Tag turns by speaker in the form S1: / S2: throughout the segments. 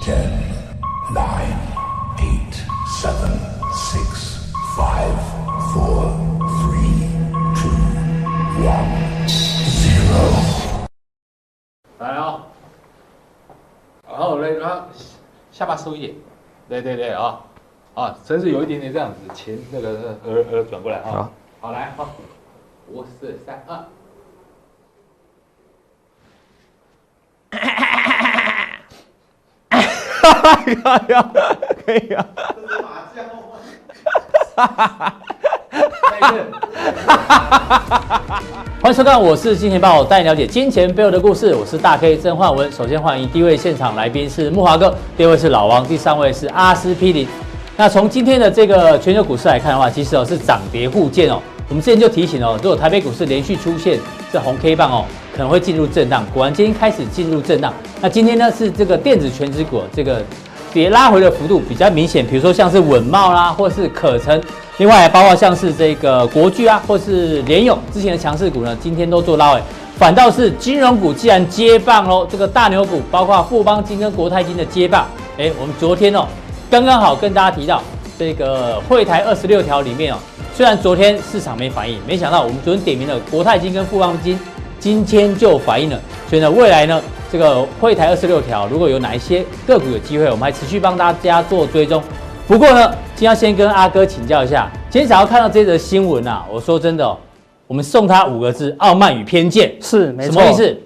S1: Ten, nine, eight, seven, six, five, four, three, two, one, zero。
S2: 来啊、然后嘞，然后下巴收一点，对对对啊、啊，甚至有一点点这样子，前那个呃呃转过来啊、
S3: 好
S2: 好来好，五四三二，
S3: 可以啊，可以啊，
S2: 再一次，
S4: 欢迎收看，我是金钱豹，带你了解金钱背后的故事。我是大 K 曾焕文。首先欢迎第一位现场来宾是木华哥，第二位是老王，第三位是阿司匹林。那从今天的这个全球股市来看的话，其实哦是涨跌互见哦。我们之前就提醒哦，如果台北股市连续出现这红 K 棒哦，可能会进入震荡。果然今天开始进入震荡。那今天呢是这个电子全指股哦这个跌拉回的幅度比较明显，比如说像是稳茂啦，或是可成，另外还包括像是这个国巨啊，或是联勇之前的强势股呢，今天都做拉尾，反倒是金融股既然接棒喽，这个大牛股包括富邦金跟国泰金的接棒，哎，我们昨天哦刚刚好跟大家提到这个会台二十六条里面哦，虽然昨天市场没反应，没想到我们昨天点名了国泰金跟富邦金，今天就反应了。所以呢，未来呢，这个会台二十六条如果有哪一些个股有机会，我们还持续帮大家做追踪。不过呢，今天要先跟阿哥请教一下，今天想要看到这则新闻啊，我说真的、哦，我们送他五个字：傲慢与偏见。
S3: 是没
S4: 什
S3: 错，
S4: 么意思？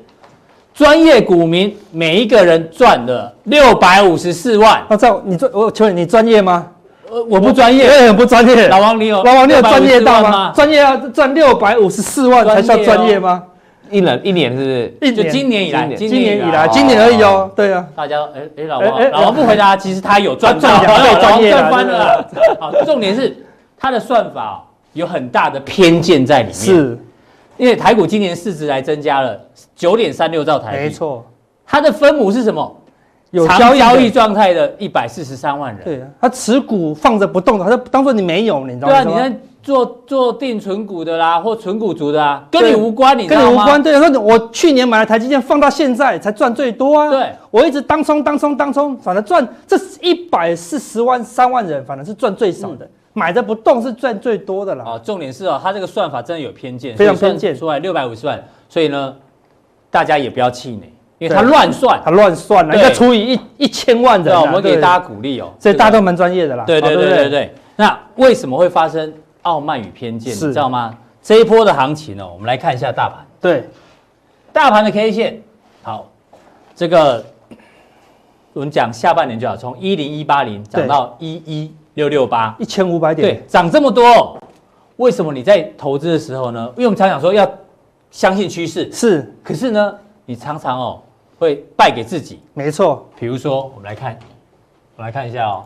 S4: 专业股民每一个人赚了六百五十四万，
S3: 那这样你专我求你，你专业吗？
S4: 呃，我不专
S3: 我
S4: 业。
S3: 也很不专业。
S4: 老王，你有
S3: 老王，你有专业到
S4: 654万
S3: 吗？？专业要赚六百五十四万才叫专业吗？
S5: 一人一年是不是？
S3: 一
S4: 就
S3: 年，
S4: 今年以来，
S3: 今年以来，
S4: 哦
S3: 今年而已哦。对啊，
S4: 大家哎哎，老王
S3: 哎哎
S4: 老王不回答，其实他有赚到，
S3: 他赚
S4: 老
S3: 两倍
S4: 王
S3: 专业啦
S4: 赚翻了啦。好，重点是他的算法哦有很大的偏见在里面，
S3: 是
S4: 因为台股今年市值还增加了九点三六兆台币，
S3: 没，错，
S4: 它的分母是什么？
S3: 有
S4: 长
S3: 交易
S4: 交易
S3: 的。
S4: 状态的一百四十三万人，
S3: 对啊，他持股放着不动的，他就当做你没有，你知道
S4: 对啊，
S3: 吗？
S4: 你在做做定存股的啦，或存股族的啊，跟你
S3: 对
S4: 无关，你知
S3: 跟你
S4: 道
S3: 无
S4: 吗？
S3: 关，对啊，那我去年买了台积电，放到现在才赚最多啊。
S4: 对，
S3: 我一直当冲当冲当冲，反正赚这一百四十万三万人，反正是赚最少
S4: 嗯
S3: 的，买的不动是赚最多的啦。
S4: 啊，重点是哦，他这个算法真的有偏见，
S3: 非常
S4: 所以
S3: 偏见
S4: 算出来六百五十万，所以呢，大家也不要气馁，因为他
S3: 对啊
S4: 乱算。
S3: 他乱算了，
S4: 对
S3: 应该除以一一千万人
S4: 对
S3: 啊。
S4: 啊，我们给
S3: 对
S4: 大家鼓励哦，
S3: 所以大家
S4: 这
S3: 都
S4: 个
S3: 蛮专业的啦。
S4: 对对
S3: 好
S4: 对
S3: 不
S4: 对对。那为什么会发生傲慢与偏见？你
S3: 是
S4: 知道吗？这一波的行情哦呢，我们来看一下大盘，
S3: 对，
S4: 大盘的 K 线，好，这个我们讲下半年就好，从一零一八零涨
S3: 对
S4: 到一一六六八，
S3: 一千五百
S4: 对
S3: 点，，
S4: 涨这么多，为什么你在投资的时候呢？因为我们常讲说要相信趋势，
S3: 是
S4: 可是呢，你常常哦会败给自己。
S3: 没错，
S4: 比如说，我们来看，我们来看一下哦，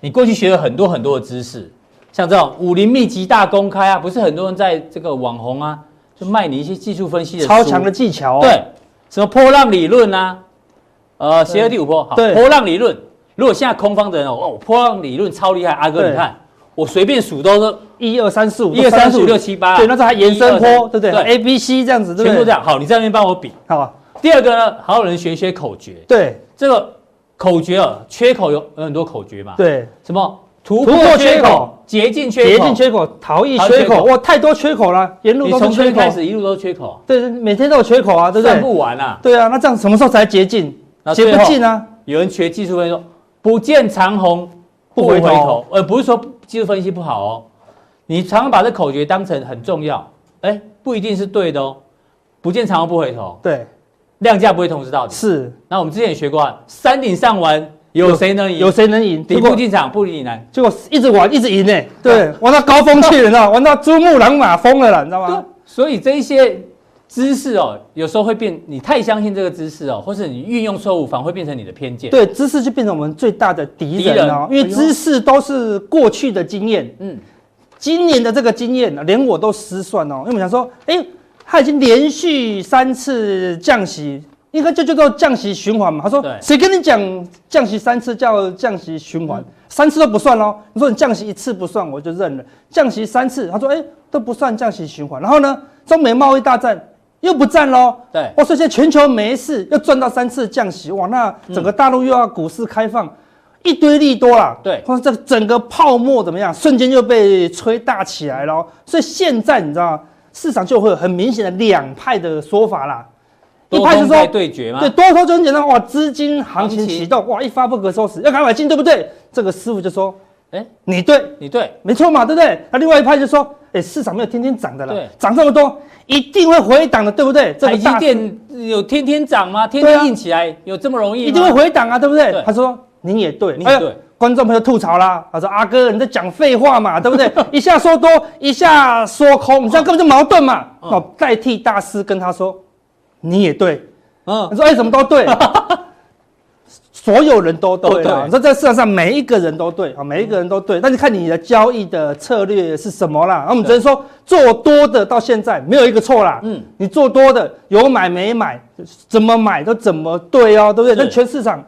S4: 你过去学了很多很多的知识，像这种武林秘籍大公开啊，不是很多人在这个网红啊，就卖你一些技术分析的
S3: 超
S4: 书啊
S3: 强的技巧、哦。
S4: 对，什么波浪理论啊，呃，邪恶第五波，好，
S3: 对
S4: 波浪理论。如果现在空方的人哦，哦，波浪理论超厉害，阿哥
S3: 对
S4: 你看，我随便数都是
S3: 一二三四五，
S4: 一二三四五六七八，
S3: 对，那是还延伸坡，对不对
S4: 对，
S3: ？A B C 这样子，对不
S4: 全
S3: 对？
S4: 部这样。好，你在那边帮我比。
S3: 好，
S4: 第二个呢，还有人学一些口诀，
S3: 对
S4: 这个口诀啊，缺口有有很多口诀嘛，，
S3: 对，
S4: 什么突
S3: 突破
S4: 破缺
S3: 缺
S4: 口
S3: 口、
S4: 竭尽啊缺
S3: 捷
S4: 口
S3: 径，缺口、逃逸
S4: 逃逸缺
S3: 缺
S4: 口
S3: 口，哇，太多缺口了，沿路
S4: 你
S3: 都
S4: 从
S3: 是
S4: 这
S3: 缺
S4: 边开。
S3: 口
S4: 始一路都缺口，
S3: 对，每天都有缺口啊，对不
S4: 算
S3: 对？
S4: 不完啊。
S3: 对啊，那这样什么时候才捷径
S4: 那？最
S3: 捷
S4: 后
S3: 不进啊，
S4: 有人学技术分析说，不见长虹不
S3: 不
S4: 回
S3: 回
S4: 头，
S3: 头
S4: 呃，不是说技术分析不好哦，你常常把这口诀当成很重要，哎，不一定是对的哦。不见长虹不回头，
S3: 对，
S4: 量价不会同时到底。
S3: 是
S4: 那我们之前也学过啊，山顶上玩有谁能赢？
S3: 有谁能赢？
S4: 底
S3: 结
S4: 部
S3: 果
S4: 进场不理你难。
S3: 结果一直玩，一直赢呢，啊对，玩到高峰去了，你知道吗，玩到珠穆朗玛峰了啦，你知道
S4: 对
S3: 吗？，
S4: 所以这一些知识哦，有时候会变，你太相信这个知识哦，或是你运用错误，反而会变成你的偏见。，
S3: 对，知识就变成我们最大的敌人哦，
S4: 敌人
S3: 因为知识都是过去的经验，
S4: 嗯，
S3: 今年的这个经验呢，连我都失算哦。因为我们想说，哎、他已经连续三次降息，应该就叫做降息循环嘛。他说
S4: 对，
S3: 谁跟你讲降息三次叫降息循
S4: 嗯
S3: 环？三次都不算哦。你说你降息一次不算，我就认了。降息三次，他说，哎、都不算降息循环。然后呢，中美贸易大战。又不占喽。
S4: 对
S3: 哦哇，所以现在全球没事，又赚到三次降息，哇，那
S4: 嗯
S3: 整个大陆又要股市开放，一堆利多啦。
S4: 对
S3: 或者这整个泡沫怎么样，瞬间就被吹大起来喽。所以现在你知道，市场就会有很明显的两派的说法啦。一
S4: 多
S3: 派就
S4: 空在
S3: 说
S4: 对决吗？
S3: 对，多头就很简单，哇，资金
S4: 行
S3: 行情
S4: 情
S3: 启动，哇，一发不可收拾，要赶快进，对不对？这个师傅就说
S4: 哎，
S3: 你对，
S4: 你对，
S3: 没错嘛，对不对？那另外一派就说，哎，市场没有天天涨的啦
S4: 对，
S3: 涨这么多，一定会回档的，对不对？这
S4: 台
S3: 个
S4: 积
S3: 大
S4: 电有天天涨吗？天
S3: 对
S4: 天
S3: 啊
S4: 硬起来，有这么容易吗？
S3: 一定会回档啊，对不对
S4: 对？
S3: 他说你也对，
S4: 你也对
S3: 哎。观众朋友吐槽啦，他说：“阿哥，你在讲废话嘛，对不 对？一下说多，一下说空，你这样根本就矛盾嘛。”
S4: 嗯
S3: 哦，代替大师跟他说：“你也对。”
S4: 嗯
S3: 你，说哎、什么 都对，所有人都对
S4: 都对
S3: 啊。你说在市场上每一个人都对啊，每一个人都对，那你看你的交易的策略是什么啦？那我们只能说做多的到现在没有一个错啦。
S4: 嗯
S3: 嗯，你做多的有买没买，怎么买都怎么对哦，对不对？
S4: 是
S3: 那全市场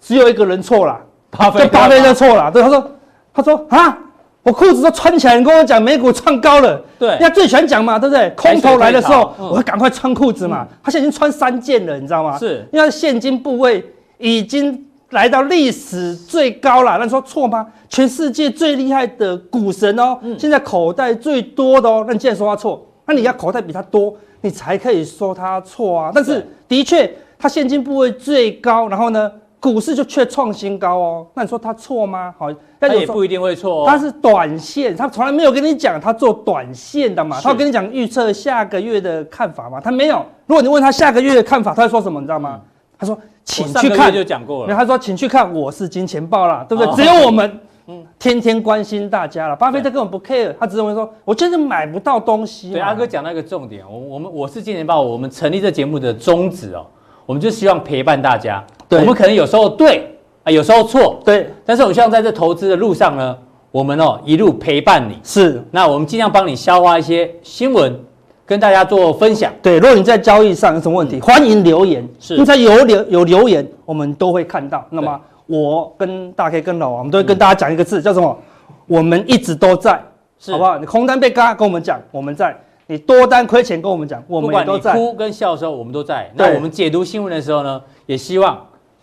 S3: 只有一个人错啦，
S4: 巴
S3: 就
S4: 菲
S3: 巴菲特
S4: 特，
S3: 错啦。对，他说他说啊。我裤子都穿起来，你跟我讲美股创高了，
S4: 对
S3: 人家最喜欢讲嘛，对不对？空头来的时
S4: 海水退
S3: 候，
S4: 潮嗯嗯
S3: 我要赶快穿裤子嘛。他现在已经穿三件了，你知道吗？
S4: 是
S3: 因为他现金部位已经来到历史最高了。那你说错吗？全世界最厉害的股神哦，
S4: 嗯
S3: 现在口袋最多的哦，那你既然说他错，那你要口袋比他多，你才可以说他错啊。但是的确，他现金部位最高，然后呢，股市就却创新高哦。那你说他错吗？好，
S4: 他
S3: 但有
S4: 也
S3: 时候
S4: 不一定会错哦。
S3: 他是短线，他从来没有跟你讲他做短线的嘛，
S4: 是
S3: 他有跟你讲预测下个月的看法嘛，他没有。如果你问他下个月的看法，他会说什么，你知道吗？他说请
S4: 嗯我上
S3: 去
S4: 个
S3: 看
S4: 月就，讲过
S3: 然
S4: 了，
S3: 后他说请去看《我是金钱豹》啦，对不对？
S4: 哦
S3: 只有我们。天天关心大家了，巴菲特根本不 care，他只认为说，我就是买不到东西嘛。
S4: 对啊阿哥讲到一个重点，我我们我是今年报，我们成立这节目的宗旨哦，我们就希望陪伴大家。
S3: 对
S4: 我们可能有时候对啊，有时候错，
S3: 对，
S4: 但是我们希望在这投资的路上呢，我们哦一路陪伴你。
S3: 是，
S4: 那我们尽量帮你消化一些新闻，跟大家做分享。
S3: 对。如果你在交易上有什么问题，欢迎留言，
S4: 嗯是
S3: 因为他有留有留言，我们都会看到。那么我跟大 K 跟老王，我们都会跟大家讲一个字，叫什么？我们一直都在，
S4: 是
S3: 好不好？你空单被嘎跟我们讲，我们在；你多单亏钱跟我们讲，我
S4: 不
S3: 们也
S4: 管
S3: 都
S4: 你
S3: 在。
S4: 哭跟笑的时候，我们都在。那
S3: 对
S4: 我们解读新闻的时候呢，也希望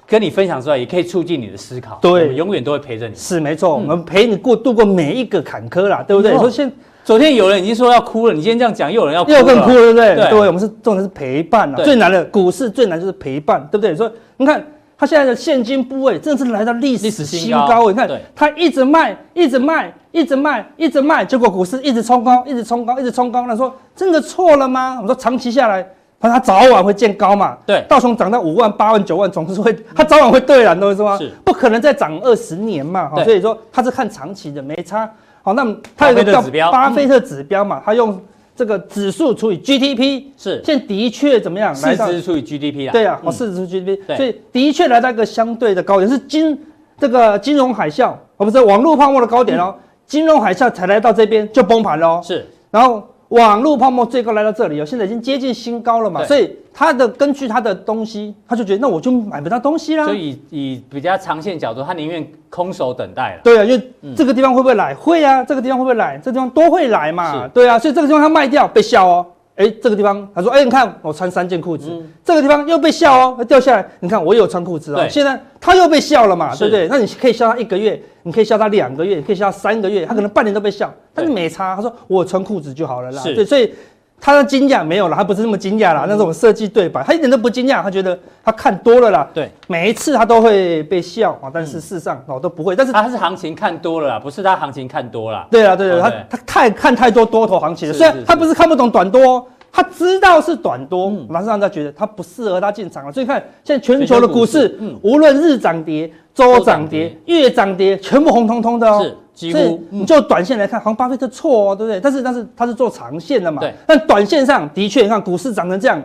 S4: 跟你分享之外，也可以促进你的思考。
S3: 对
S4: 我们永远都会陪着你。
S3: 是没错，我们陪你过度过每一个坎坷啦，对不对？
S4: 没
S3: 你
S4: 错
S3: 说现
S4: 昨天有人已经说要哭了，你今天这样讲，又有人要哭了
S3: 又更哭，对不对？
S4: 对
S3: 对，我们是重点是陪伴啊，
S4: 对
S3: 最难的股市最难就是陪伴，对不对？所以你看他现在的现金部位真的是来到历
S4: 历
S3: 史
S4: 史新
S3: 新
S4: 高
S3: 高，你看
S4: 对
S3: 他一直卖，一直卖，一直卖，一直卖，结果股市一直冲高，一直冲高，一直冲高。那说真的错了吗？我们说长期下来。他他早晚会见高嘛？
S4: 对
S3: 道琼涨到五万、八万、九万，总是会，他早晚会对了，你懂我意思吗？
S4: 是
S3: 不可能再涨二十年嘛。
S4: 对
S3: 哈所以说他是看长期的，没差。好，那么
S4: 巴
S3: 它有
S4: 菲
S3: 一
S4: 特
S3: 个叫
S4: 指标嗯
S3: 巴菲特指标嘛，它用这个指数除以 GDP，
S4: 是
S3: 现在的确怎么样
S4: 市
S3: 来到？
S4: 值除以 GDP 啦。
S3: 对啊，
S4: 嗯
S3: 哦，市值除以 GDP，
S4: 对
S3: 所以的确来到一个相对的高点，是金这个金融海啸，哦不是网络泡沫的高点哦，金融海啸才来到这边就崩盘喽。
S4: 嗯是
S3: 然后网络泡沫最高来到这里哦，现在已经接近新高了嘛，
S4: 对
S3: 所以他的根据他的东西，他就觉得那我就买不到东西啦。
S4: 所以以以比较长线角度，他宁愿空手等待了。
S3: 对啊，因为这个地方会不会来？会啊，这个地方会不会来？这个地方都会来嘛
S4: 是。
S3: 对啊，所以这个地方他卖掉被笑哦。哎，这个地方他说，哎，你看我穿三件裤子，这个地方又被笑哦，掉下来，你看我也有穿裤子
S4: 嗯
S3: 哦
S4: 对。
S3: 现在他又被笑了嘛，
S4: 是
S3: 对不对？那你可以笑他一个月，你可以笑他两个月，你可以笑他三个月，他可能半年都被笑，但是
S4: 对
S3: 没差。他说我有穿裤子就好了啦。
S4: 是嗯
S3: 对，所以他的惊讶没有了，他不是那么惊讶啦，那是我们设计对白，他一点都不惊讶，他觉得他看多了啦。
S4: 对，
S3: 每一次他都会被笑啊，但是事实上哦都不会，但是
S4: 他是行情看多了啦，不是他行情看多了。
S3: 对啊，对对，
S4: 哦
S3: 他
S4: 对
S3: 他太看太多多头行情了，
S4: 是
S3: 虽然
S4: 是
S3: 他
S4: 是嗯
S3: 不是看不懂短多哦，他知道是短多，马上让他觉得他不适合他进场了。所以看现在全球的股
S4: 全球
S3: 市
S4: 股市嗯，
S3: 无论日涨跌、周涨跌、月涨跌，全部红彤彤的哦。
S4: 是几
S3: 所以
S4: 乎嗯
S3: 你就短线来看，好像巴菲特错哦，对不对？但是但是他是做长线的嘛
S4: 对，
S3: 但短线上的确，你看股市涨成这样，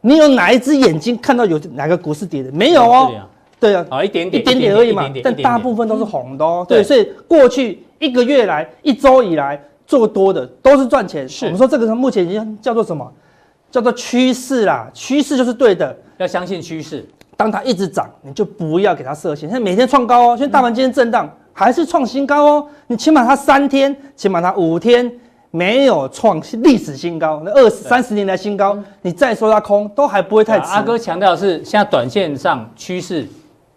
S3: 你有哪一只眼睛看到有哪个股市跌的？没有哦
S4: 对啊。
S3: 对啊，
S4: 好一点
S3: 一
S4: 点，
S3: 点点而已嘛
S4: 一点，
S3: 但
S4: 一点
S3: 大
S4: 点
S3: 部分都是红的哦。
S4: 对
S3: 对，所以过去一个月来、一周以来做多的都是赚钱。
S4: 是
S3: 我们说这个是目前已经叫做什么？叫做趋势啦，趋势就是对的。
S4: 要相信趋势。
S3: 当它一直涨，你就不要给它设限。现在每天创高哦，现在大盘今天震荡、还是创新高哦，你起码它三天，起码它五天。没有创历史新高，那二三十年来新高，你再说它空都还不会太
S4: 啊
S3: 迟。
S4: 阿哥强调的是，现在短线上趋势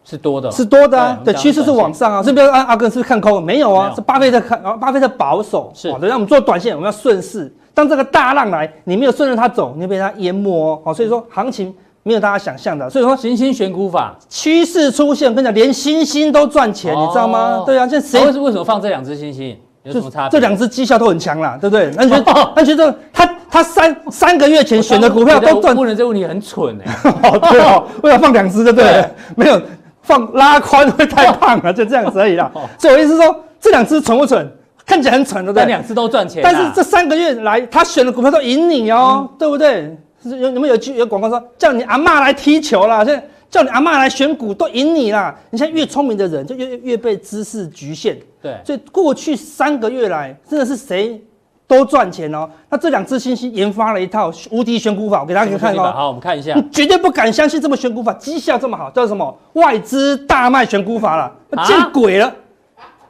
S4: 是多的哦，
S3: 是多的啊，
S4: 对我
S3: 对，
S4: 们讲
S3: 趋势是往上啊，是不是？阿阿哥是不是看空，没有
S4: 没
S3: 啊
S4: 有，
S3: 是巴菲特看，啊巴菲特保守，哦
S4: 是
S3: 好的。那我们做短线，我们要顺势。当这个大浪来，你没有顺着它走，你会被它淹没哦。好，所以说行情没有大家想象的，所以说
S4: 行星选股法，
S3: 趋势出现，我跟你讲，连星星都赚钱，
S4: 哦
S3: 你知道吗？对啊，现在
S4: 谁为
S3: 谁
S4: 什么为什么放这两只星星？有什么差别？
S3: 这两只绩效都很强啦，对不对？那你觉
S4: 哦
S3: 得，那你觉得他他三三个月前
S4: 我
S3: 选的股票
S4: 觉得
S3: 都赚
S4: 问了这个问题很蠢哎、
S3: 哦，对哦，为了放两只就对了
S4: 对，
S3: 没有放拉宽会太胖啊了，就这样子而 已啦。所以我意思是说，这两只蠢不蠢？看起来很蠢，对不
S4: 但
S3: 对
S4: 哦两？只都赚钱啊、
S3: 但是这三个月来，他选的股票都赢你哦，
S4: 嗯
S3: 对不对？是有你们有句有广告说叫你阿嬷来踢球啦，现在叫你阿嬷来选股都赢你啦。你现在越聪明的人，就越越被知识局限。
S4: 对
S3: 所以过去三个月来，真的是谁都赚钱哦。那这两只星星研发了一套无敌选股法，我给大家看
S4: 看
S3: 哦
S4: 吧，。好，我们看一下
S3: 你。 绝对不敢相信这么选股法绩效这么好，叫什么外资大卖选股法了
S4: 啊，
S3: 见鬼了，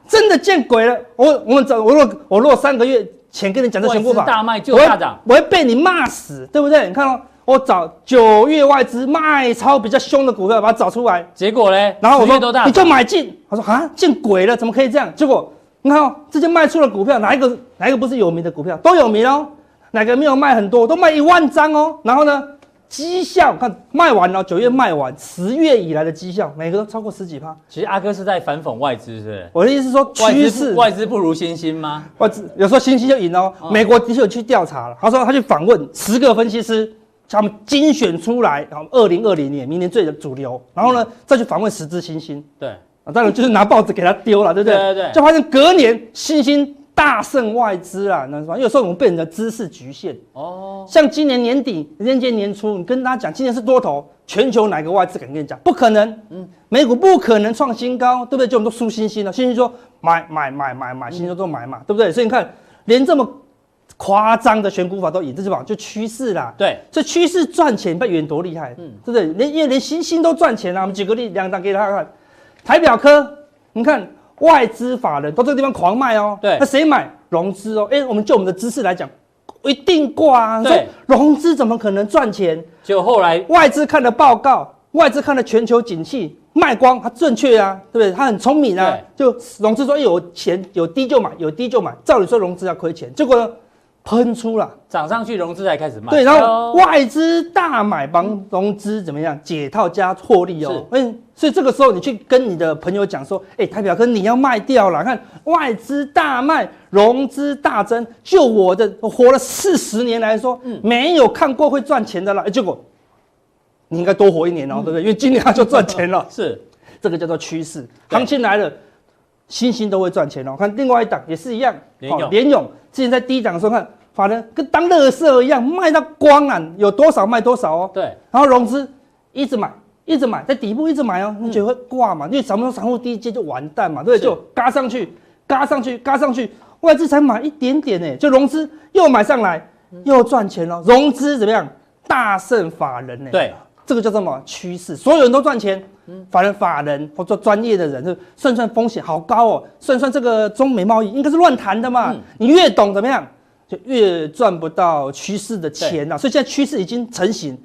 S3: 真的见鬼了！我我们找我若我若三个月前跟你讲这选股
S4: 外
S3: 法
S4: 资大卖就
S3: 我会
S4: 大涨
S3: 我会被你骂死，对不对？你看哦，我找九月外资卖超比较凶的股票，把它找出来，
S4: 结果嘞，
S3: 然后我
S4: 十
S3: 说
S4: 月都大
S3: 你就
S4: 涨，
S3: 买进，他说啊见鬼了，怎么可以这样？结果你看哦，这些卖出的股票哪一个哪一个不是有名的股票都有名哦，哪个没有卖很多都卖一万张哦，然后呢绩效看卖完了、九月卖完，十月以来的绩效每个都超过十几趴。
S4: 其实阿哥是在反讽外资，是不是？
S3: 我的意思是说
S4: 外
S3: 趋
S4: 资
S3: 势
S4: 不。外资不如星星吗？
S3: 我只有时候星期就赢哦。美国的确有去调查了，他说他去访问十个分析师，他们精选出来，然后二零二零年明年最主流，然后呢
S4: 嗯
S3: 再去访问十只星星，
S4: 对，
S3: 啊，当然就是拿报纸给他丢了，对不对？
S4: 对对对
S3: 就发现隔年新兴大胜外资啊，那什么，有时候我们被人的知识局限。
S4: 哦，
S3: 像今年年底、人家年初，你跟大家讲今年是多头，全球哪个外资敢跟你讲？不可能，嗯，美股不可能创新高，对不对？就我们都输星星了，星星说买买买买
S4: 嗯
S3: 买，星星都买嘛，对不对？所以你看，连这么夸张的选股法都赢，这是吧？就趋势啦。
S4: 对，嗯
S3: 这趋势赚钱比远多厉害，对不对？连因为连星星都赚钱啊。我们举个例，两张给大家看，台表科，你看外资法人都这个地方狂卖哦，
S4: 对
S3: 那谁买融资哦？哎，我们就我们的知识来讲，一定挂啊。
S4: 对
S3: 说融资怎么可能赚钱？
S4: 就后来
S3: 外资看了报告，外资看了全球景气卖光，它正确啊，对不对？它很聪明啊，就融资说哎有钱有低就买，有低就买，照理说融资要亏钱，结果呢喷出了。
S4: 涨上去，融资才开始卖。
S3: 对，然后
S4: 哦。
S3: 外资大买房融资怎么样？解套加获利哦。嗯，所以这个时候你去跟你的朋友讲说，哎、台表哥你要卖掉了，看外资大卖，融资大增，就我的我活了四十年来说，没有看过会赚钱的啦。哎结果你应该多活一年哦，对不对？因为今年他就赚钱了
S4: 是
S3: 这个叫做趋势，
S4: 对
S3: 行情来了，新兴都会赚钱哦。看另外一档也是一样，
S4: 联咏
S3: 哦联勇之前在低档的时候看，法人跟当乐色一样卖到光啊，有多少卖多少哦。
S4: 对，
S3: 然后融资一直买，一直买，在底部一直买哦，你觉得会挂嘛？因为什么时候散户低阶就完蛋嘛，对不
S4: 是
S3: 对？就嘎上去，嘎上去，嘎上去，外资才买一点点呢，就融资又买上来，
S4: 嗯
S3: 又赚钱了。融资怎么样？大胜法人呢？
S4: 对，
S3: 这个叫什么趋势？所有人都赚钱，法人、法人或者专业的人，就算算风险好高哦，算算这个中美贸易应该是乱谈的
S4: 嗯
S3: 嘛。你越懂怎么样，就越赚不到趋势的钱呐、啊所以现在趋势已经成型，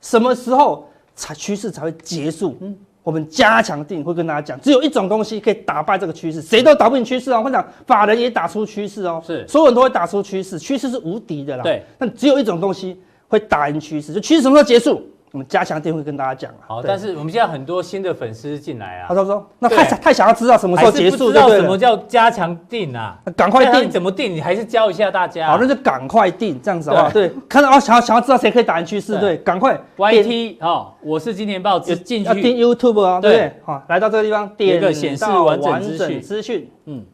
S3: 什么时候才趋势才会结束？
S4: 嗯
S3: 我们加强定会跟大家讲，只有一种东西可以打败这个趋势，谁都打不赢趋势哦。我跟你讲，法人也打出趋势哦，
S4: 是
S3: 所有人都会打出趋势，趋势是无敌的啦。
S4: 对，
S3: 但只有一种东西会打赢趋势，就趋势什么时候结束，我们加强店会跟大家讲啊。
S4: 好，
S3: 对
S4: 但是我们现在很多新的粉丝进来啊，
S3: 他说说，那
S4: 对
S3: 太想太想要知道什么时候
S4: 还是
S3: 结
S4: 不
S3: 束，
S4: 知
S3: 对
S4: 道
S3: 不
S4: 什么
S3: 对？
S4: 叫加强定啊？
S3: 赶快
S4: 加强
S3: 定
S4: 怎么定？你还是教一下大家。啊
S3: 好，那就赶快定，这样子好不好？对，看到啊，想要想要知道谁可以打赢趋势，
S4: 对
S3: 对，赶快
S4: YT 哦，我是今年报只进
S3: 要订
S4: 去
S3: YouTube 啊，对
S4: 对
S3: 不对？好，来到这个地方
S4: 有一
S3: 点
S4: 个显示
S3: 到
S4: 完
S3: 完
S4: 整资讯
S3: 整资讯，
S4: 嗯
S3: 嗯，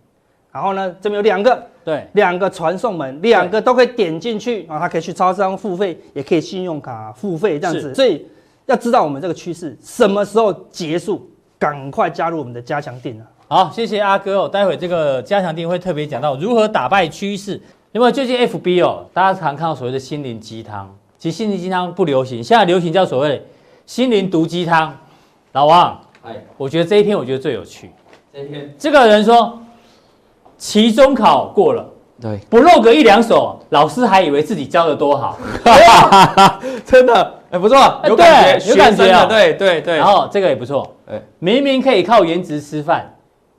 S3: 然后呢，这边有两个，
S4: 对
S3: 两个传送门，两个都可以点进去啊，它可以去超商付费，也可以信用卡付费这样
S4: 是
S3: 子。所以要知道我们这个趋势什么时候结束，赶快加入我们的加强定啊！
S4: 好，谢谢阿哥哦。待会这个加强定会特别讲到如何打败趋势。因为最近 FB 哦，大家常看到所谓的心灵鸡汤，其实心灵鸡汤不流行，现在流行叫所谓的心灵毒鸡汤。老王，
S5: 哎，
S4: 我觉得这一篇我觉得最有趣。
S5: 这一篇
S4: 这个人说，期中考过了，
S5: 对，
S4: 不露个一两手，老师还以为自己教的多 好。
S5: 真的，哎，不错，有
S4: 对
S5: 感觉，
S4: 有感
S5: 学生
S4: 觉啊
S5: 的，对对对
S4: 然。后这个也不错，
S5: 哎
S4: 明明可以靠颜值吃饭，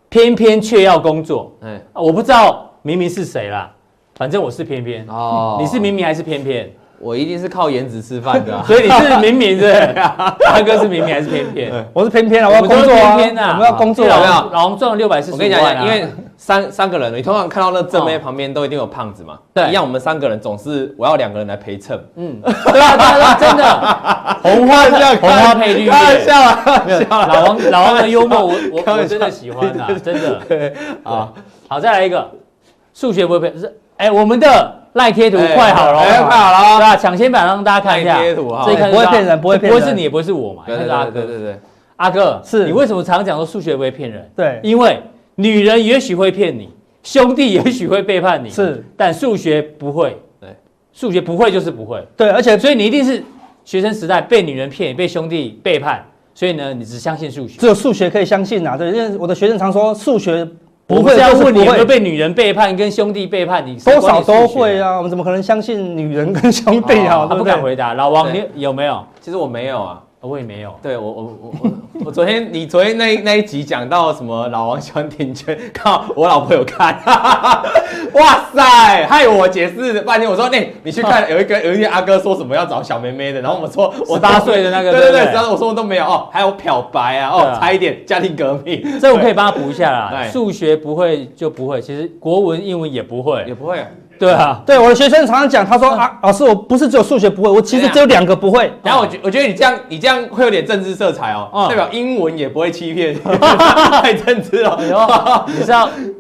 S4: 偏偏却要工作。
S5: 哎，
S4: 啊我不知道明明是谁啦，反正我是偏偏。
S5: 哦
S4: 你是明明还是偏偏？
S5: 我一定是靠颜值吃饭 的啊。
S4: 所以你是明明是不 是，大哥是明明还是偏偏？
S3: 我是偏偏啊，我
S4: 我
S3: 要
S4: 们
S3: 工
S4: 都是
S3: 作啊，
S4: 偏偏啊，
S3: 我们要工作
S4: 老
S5: 对
S3: 啊
S5: 啊。
S4: 王老王赚了六百四十
S5: 我
S4: 五
S5: 跟你
S4: 万啊哦
S5: 讲，因为三三个人，你通常看到那正妹旁边都一定有胖子嘛。
S4: 对
S5: 一样我们三个人总是我要两个人来陪衬。
S4: 嗯，对啊，对啊对啊，真 的，红花红花配绿叶，
S5: 开玩笑啊
S4: 没有老 王老王的幽默，我我
S5: 开玩
S4: 我
S5: 笑
S4: 真的喜欢啊，真的。
S5: 啊！
S4: 好，再来一个，数学不会背，是哎，我们的赖贴图快好了，
S5: 哎，快好
S4: 对
S5: 了哦。
S4: 啊，抢先版让大家看一下
S5: 赖贴图啊
S4: 这一看就知道
S3: 不会骗人不会骗人
S4: 不会是你，也不会是我嘛，
S5: 对
S4: 应该
S5: 对
S4: 是阿
S5: 对
S4: 哥
S5: 对。对对，
S4: 阿哥，
S3: 是
S4: 你为什么常讲说数学不会骗人？
S3: 对
S4: 因为女人也许会骗你，兄弟也许会背叛你，
S3: 是，
S4: 但数学不会，
S5: 对，
S4: 数学不会就是不会，
S3: 对，而且
S4: 所以你一定是学生时代被女人骗，被兄弟背叛，所以呢，你只相信数学。
S3: 只有数学可以相信啊。对，因为我的学生常说数学不
S4: 我
S3: 会
S4: 不是要
S3: 就是
S4: 问你
S3: 不
S4: 有没有
S3: 会，
S4: 被女人背叛，跟兄弟背叛，你
S3: 多少都会啊。我们怎么可能相信女人跟兄弟啊？
S5: 哦
S4: 哦他
S3: 对
S4: 不
S3: 不
S4: 敢
S3: 对？
S4: 回答。老王，你
S5: 对
S4: 有没有？
S5: 其实我没有啊。
S4: 我也没有。
S5: 对我我我 我我昨天你昨天那一那一集讲到什么老王喜欢甜圈， 靠我老婆有看， 哇塞，害我解释半天。我说哎、你 去看有一个有一个阿哥说什么要找小妹妹的，然后我说我
S4: 18岁的那个
S5: 对
S4: 对不
S5: 对
S4: 对
S5: 对，然后我说我都没有哦，还有漂白啊，
S4: 对
S5: 哦
S4: 啊
S5: 差一点家庭革命，
S4: 这我可以帮他补一下啦。
S3: 哎
S5: 对
S4: 数学不会就不会，其实国文、英文也不
S5: 对
S4: 会。
S5: 也不会啊，
S4: 对 啊，
S3: 对，我的学生常常讲，他说啊，老师，我不是只有数学不会，我其实
S4: 啊
S3: 只有两个不会。
S5: 然后我觉我觉得你这样你这样会有点政治色彩哦，
S4: 嗯
S5: 代表英文也不会欺骗， 太政治了。
S4: 你知道
S3: 啊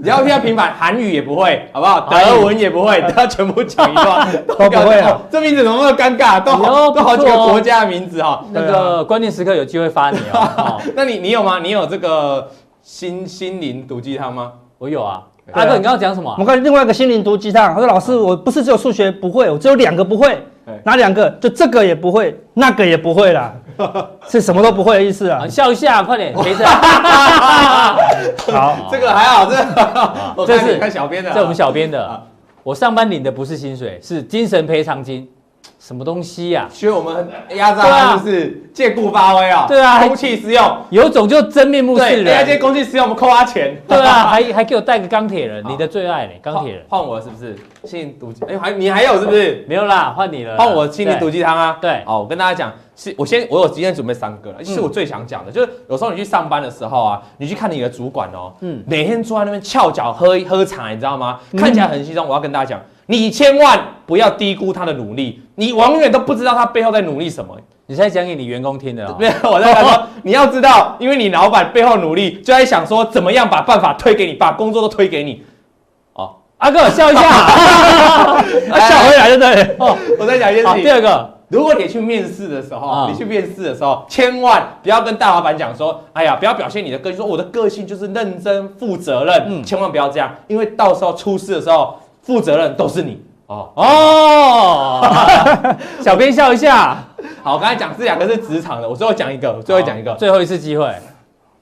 S5: 你要骗平板，韩语也不会，好不好？德文也不会，他全部讲一段 都
S3: 不会啊
S5: 哦这名字怎么那么尴尬？都
S4: 哎呦
S5: 好都好几
S4: 不
S5: 个
S4: 错哦
S5: 国家的名字哈。
S4: 那个关键时刻有机会发你哦。哦
S5: 那你你有吗？你有这个心心灵毒鸡汤吗？
S4: 我有啊，
S5: 对
S4: 阿哥，你刚刚讲什么
S3: 我
S4: 啊
S3: 们？看另外一个心灵毒鸡汤，他说老师，我不是只有数学不会，我只有两个不会
S5: 对，
S3: 哪两个？就这个也不会，那个也不会啦，是什么都不会的意思啊
S4: 啊，？笑一下，快点，陪着。
S3: 好，
S5: 这个还好，这个 我
S4: 这
S5: 看
S4: 是
S5: 你看小编的啊，
S4: 这我们小编的
S5: 啊，
S4: 我上班领的不是薪水，是精神赔偿金，什么东西呀？
S5: 学我们压榨
S4: 对啊
S5: 他是不是借故发挥啊？
S4: 对啊
S5: 公器私用。
S4: 有种就真面目示
S5: 对，人家
S4: 人
S5: 借。公器私用，我们扣他钱。
S4: 对啊，还还给我带个钢铁人，你的最爱呢？钢
S5: 换
S4: 铁人
S5: 换我是不是？心灵毒鸡，哎，还你还有是不是？
S4: 没有啦，换你了啦。
S5: 换我心灵毒
S4: 对
S5: 鸡汤啊！
S4: 呃对嗯
S5: 好，我跟大家讲，是我先我有今天准备三个了，是我最想讲的，就是有时候你去上班的时候啊，你去看你的主管哦，
S4: 嗯
S5: 嗯，每天坐在那边翘脚喝喝茶，你知道吗？看起来很轻松，我要跟大家讲，你千万不要低估他的努力，你永远都不知道他背后在努力什么。
S4: 你现在讲给你员工听的哦
S5: 没。有，我在 说，你要知道，因为你老板背后努力，就在想说怎么样把办法推给你，把工作都推给你。哦，
S4: 阿哥笑一 下。
S5: 啊
S3: 笑回来就对了。
S4: 哦，
S5: 我在讲一件事
S4: 好，
S5: 情
S4: 第。二个，
S5: 如果你去面试的时候，
S4: 啊
S5: 你去面试的时候，千万不要跟大老板讲说，哎呀，不要表现你的个性，说我的个性就是认真负责任，
S4: 嗯
S5: 千万不要这样，因为到时候出事的时候，负责任都是你哦。
S4: 哦， 小编笑一下。
S5: 好，我刚才讲这两个是职场的，我最后讲一个，我最后讲一个
S4: 好最后一次机 会。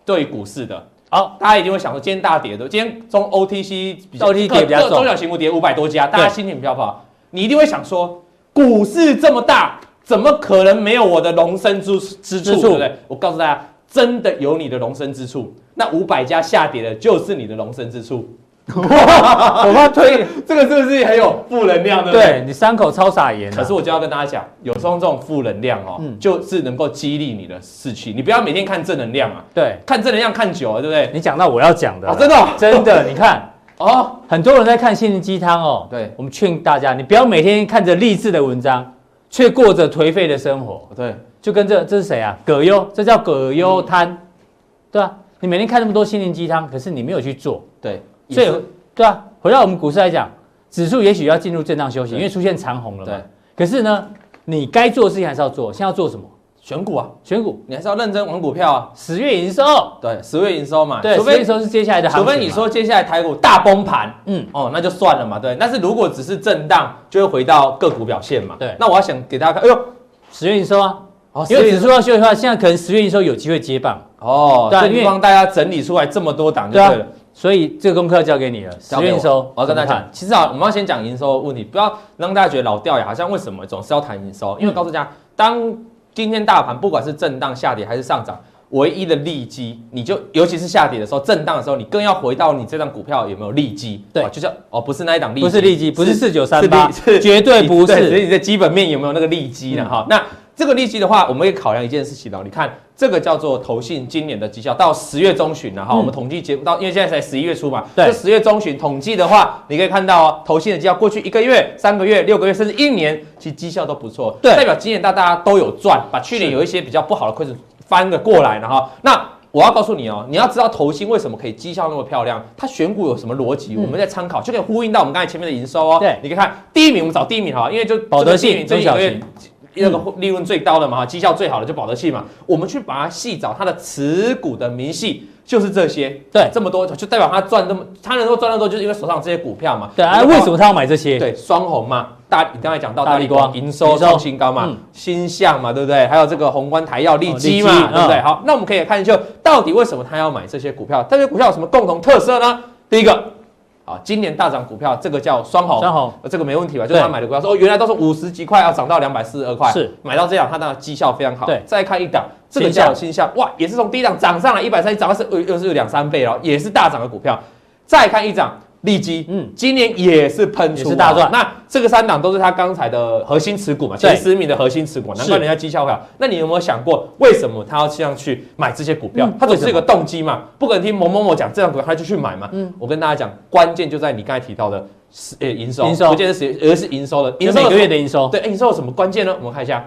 S5: 对于股市的。
S4: 好，
S5: 大家一定会想说，今天大跌的，今天中 OTC 比较
S4: OTC 跌比较
S5: 各
S4: 重
S5: 中小型股跌五百多家，大家
S4: 对
S5: 心情比较不好。你一定会想说，股市这么大，怎么可能没有我的容身之之处？
S4: 之处
S5: 对不对？我告诉大家，真的有你的容身之处。那五百家下跌的，就是你的容身之处。
S4: 我怕推。
S5: 这个是不是很有负能量？对不
S4: 对你伤口超撒盐啊。
S5: 可是我就要跟大家讲，有时候这种负能量哦，
S4: 嗯
S5: 就是能够激励你的士气。你不要每天看正能量啊，
S4: 对
S5: 看正能量看久了，对不对？
S4: 你讲到我要讲的了，
S5: 哦真的哦
S4: 真 的，你看。
S5: 哦，
S4: 很多人在看心灵鸡汤哦，
S5: 对
S4: 我们劝大家，你不要每天看着励志的文章，却过着颓废的生活，
S5: 对，
S4: 就跟这这是谁啊？葛优，这叫葛优
S5: 嗯
S4: 瘫，对啊，你每天看那么多心灵鸡汤，可是你没有去做，
S5: 对，
S4: 所以
S5: 也是
S4: 对啊，回到我们股市来讲，指数也许要进入震荡休息，
S5: 对
S4: 因为出现长红了嘛
S5: 对。
S4: 可是呢，你该做的事情还是要做，现在要做什么？
S5: 选股啊，
S4: 选股，
S5: 你还是要认真玩股票啊。
S4: 十月营收，
S5: 对，十月营收嘛，
S4: 对，
S5: 除
S4: 十月营
S5: 非
S4: 收是接下来的行
S5: 除
S4: 情嘛
S5: 非你说接下来台股大崩盘，
S4: 嗯
S5: 嗯，哦，那就算了嘛，对。但是如果只是震荡，就会回到个股表现嘛。
S4: 对
S5: 那我要想给大家看，哎呦，
S4: 十月营收啊，
S5: 哦
S4: 因为指数要休息的话，现在可能十月营收有机会接棒。
S5: 哦，
S4: 对啊
S5: 这
S4: 因为
S5: 地方大家整理出来这么多档就
S4: 对
S5: 对
S4: 啊
S5: 了。
S4: 所以这个功课交给你了，十
S5: 交给
S4: 月营
S5: 我
S4: 收
S5: 我要跟大
S4: 怎
S5: 家
S4: 么
S5: 讲
S4: 看，，
S5: 其实啊，我们要先讲营收的问题，不要让大家觉得老掉牙，好像为什么总是要谈营收？因
S4: 嗯
S5: 为我告诉大家，当今天大盘不管是震荡下跌还是上涨，唯一的利基，你就尤其是下跌的时候，震荡的时候，你更要回到你这张股票有没有利基？
S4: 对
S5: 啊就像哦，不是那一档利基，
S4: 不是利基，不是四九三
S5: 是
S4: 八
S5: 利是，
S4: 绝对不
S5: 只
S4: 是
S5: 是。你的基本面有没有那个利基呢？
S4: 嗯
S5: 哈、那这个利基的话，我们也考量一件事情哦。你看，这个叫做投信今年的绩效，到十月中旬了哈、
S4: 嗯
S5: 我们统计结到，因为现在才十一月初嘛，
S4: 对
S5: 这十月中旬统计的话，你可以看到哦，投信的绩效过去一个月、三个月、六个月，甚至一年，其实绩效都不错，
S4: 对
S5: 代表今年大家都有赚，把去年有一些比较不好的亏损翻了过来了哈。那我要告诉你哦，你要知道投信为什么可以绩效那么漂亮，它选股有什么逻辑，
S4: 嗯
S5: 我们在参考就可以呼应到我们刚才前面的营收哦。
S4: 对
S5: 你可以看第一名，我们找第一名哈，因为就
S4: 保德信
S5: 这
S4: 中
S5: 一
S4: 小
S5: 个月
S4: 型
S5: 那个利润最高的嘛，绩效最好的就保德信嘛，我们去把它细找它的持股的明细。就是这些，
S4: 对
S5: 这么多就代表他赚这么，他能够赚那么多，就是因为手上有这些股票嘛。
S4: 对啊，
S5: 你就
S4: 为
S5: 把
S4: 什么他要买这些？
S5: 对，双红嘛，大你刚才讲到
S4: 大
S5: 大
S4: 力
S5: 力
S4: 光
S5: 光营
S4: 营
S5: 收
S4: 收
S5: 创新高嘛
S4: 嗯，哦
S5: 新向嘛，对不对？还有这个宏观台药利基嘛，
S4: 利基
S5: 对不对？
S4: 嗯
S5: 好，那我们可以看一下，到底为什么他要买这些股票？这些股票有什么共同特色呢？第一个，啊，今年大涨股票，这个叫双红，
S4: 张红
S5: 呃这个没问题吧？就是
S4: 哦对
S5: 他买的股票，说哦，原来都是五十几块，要涨到两百四十二块，
S4: 是
S5: 买到这样，它当然绩效非常好。
S4: 对
S5: 再看一档，这个
S4: 新向
S5: 叫新向，哇，也是从低档涨上来一百三，涨到是呃又是两三倍了，也是大涨的股票。再看一档利基，
S4: 嗯
S5: 嗯，今年也是喷出，啊
S4: 也是大赚
S5: 那这个三档都是它刚才的核心持股嘛，
S4: 对
S5: 前十名的核心持股嘛，
S4: 是
S5: 难怪人家绩效会好。那你有没有想过，为什么他要这样去买这些股票
S4: 嗯？
S5: 他
S4: 为
S5: 总
S4: 什么
S5: 是有个动机嘛，不可能听某某某讲这样股票他就去买嘛。
S4: 嗯
S5: 我跟大家讲，关键就在你刚才提到的。是呃，营收，
S4: 营收
S5: 不见得是而是营收的，
S4: 就
S5: 营收
S4: 每个
S5: 有什么
S4: 月的营收。
S5: 对，诶营收有什么关键呢？我们看一下，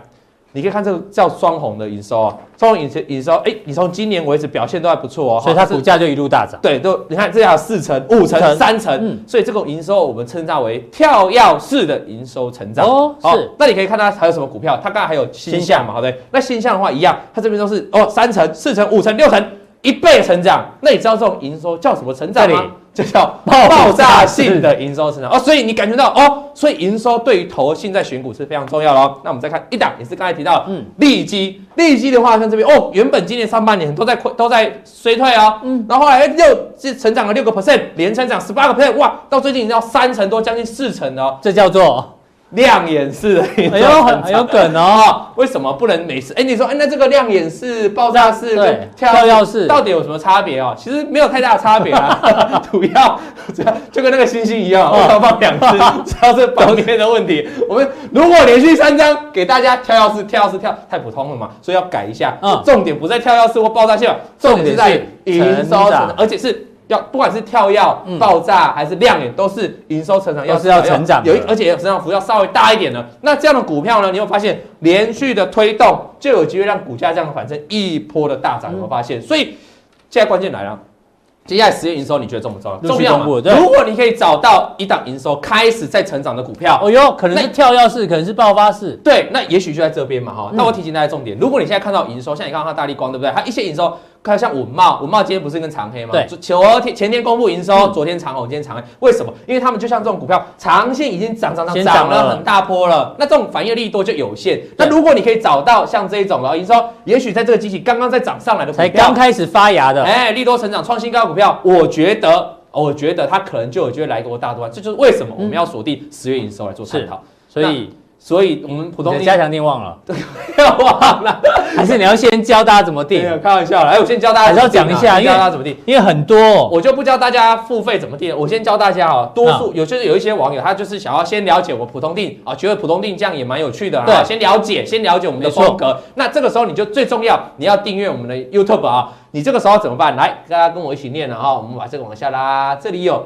S5: 你可以看这个叫双红的营收啊，双红营收营收，哎、你从今年为止表现都还不错哦，
S4: 所以它
S5: 是
S4: 股价就一路大涨。
S5: 对，都你看这条四成、五
S4: 五成
S5: 成、三成，
S4: 嗯
S5: 所以这种营收我们称它为跳跃式的营收成长。
S4: 哦
S5: 好
S4: 是
S5: 那你可以看它还有什么股票，它刚才还有新项嘛，好不对？那新项的话一样，它这边都是哦三成、四成、五成、六成。一倍成长，那你知道这种营收叫什么成长
S4: 这
S5: 吗
S4: 里？
S5: 就叫
S4: 爆炸
S5: 爆炸性的营收成长哦，所以你感觉到哦，所以营收对于投信在选股是非常重要咯。那我们再看一档，也是刚才提到的，
S4: 嗯
S5: 嗯，利基，利基的话，像这边哦，原本今年上半年都在亏，都在衰退哦，嗯，然后后来哎六是成长了六个 percent，连成长十八个 percent，哇，到最近已经到三成多，将近四成了哦，
S4: 这叫做
S5: 亮眼式的营收
S4: 哎呦
S5: 成
S4: 很
S5: 长。
S4: 很有梗 哦，
S5: 为什么不能每次？哎，你说，哎，那这个亮眼式、爆炸式、
S4: 对
S5: 跟
S4: 跳跃式
S5: 到底有什么差别哦？其实没有太大的差别 啊，主要 主要就跟那个星星一
S4: 哦
S5: 样，我要放两 只，主要是房间的问题。我们如果连续三张给大家跳跃式、跳跃式跳，太普通了嘛，所以要改一下。
S4: 嗯
S5: 重点不在跳跃式或爆炸性，重点是在
S4: 重点是
S5: 营
S4: 成
S5: 收成
S4: 长
S5: 长，而且是。要不管是跳
S4: 嗯
S5: 跃、爆炸还是亮眼，都是营收成长，
S4: 都是要成长的
S5: 有一而且成长幅要稍微大一点的。那这样的股票呢，你有没有发现连续的推动就有机会让股价这样反正一波的大涨，有没有
S4: 嗯
S5: 发现？所以现在关键来了。接下来十月营收你觉得重不重要？
S4: 陆
S5: 重
S4: 续
S5: 要
S4: 公
S5: 嘛
S4: 布？对
S5: 如果你可以找到一档营收开始在成长的股票，
S4: 哦哟，可能是跳跃式，可能是爆发式，
S5: 对，那也许就在这边嘛哈。
S4: 嗯
S5: 那我提醒大家重点，如果你现在看到营收，像你刚刚看到大力光对不对？它一些营收，看像文茂，文茂今天不是跟长黑吗？
S4: 对
S5: 昨天前天公布营收，
S4: 嗯
S5: 昨天长虹，今天长黑，为什么？因为他们就像这种股票，长线已经涨涨
S4: 先
S5: 涨
S4: 涨
S5: 涨
S4: 了
S5: 了很大波了，那这种反应力多就有限。那如果你可以找到像这一种的营收，也许在这个机器刚刚在涨上来的股
S4: 才
S5: 票，
S4: 刚开始发芽的。
S5: 哎，利多成长创新高的股票，我觉得，哦我觉得它可能就有机会来一波大多这就是为什么我
S4: 嗯
S5: 们要锁定十月营收来做探讨。
S4: 所以
S5: 所以，我们普
S4: 普
S5: 通
S4: 通
S5: 听
S4: 加强店忘了，
S5: 不 要忘了，
S4: 还是你要先教大家怎么
S5: 没
S4: 定？
S5: 有开玩笑啦。哎，我先教大家，
S4: 还是要讲一下
S5: 先
S4: 因为
S5: 教大家怎么定。
S4: 因为很多哦，
S5: 我就不教大家付费怎么定，我先教大家哦。
S4: 嗯
S5: 多数有就是有一些网友，他就是想要先了解我普通定啊，觉得普通定这样也蛮有趣的啊，
S4: 对
S5: 先了解，先了解我们的
S4: 没错
S5: 风格。那这个时候你就最重要，你要订阅我们的 YouTube 啊。你这个时候怎么办？来，大家跟我一起念啊、哈，我们把这个往下拉，这里有，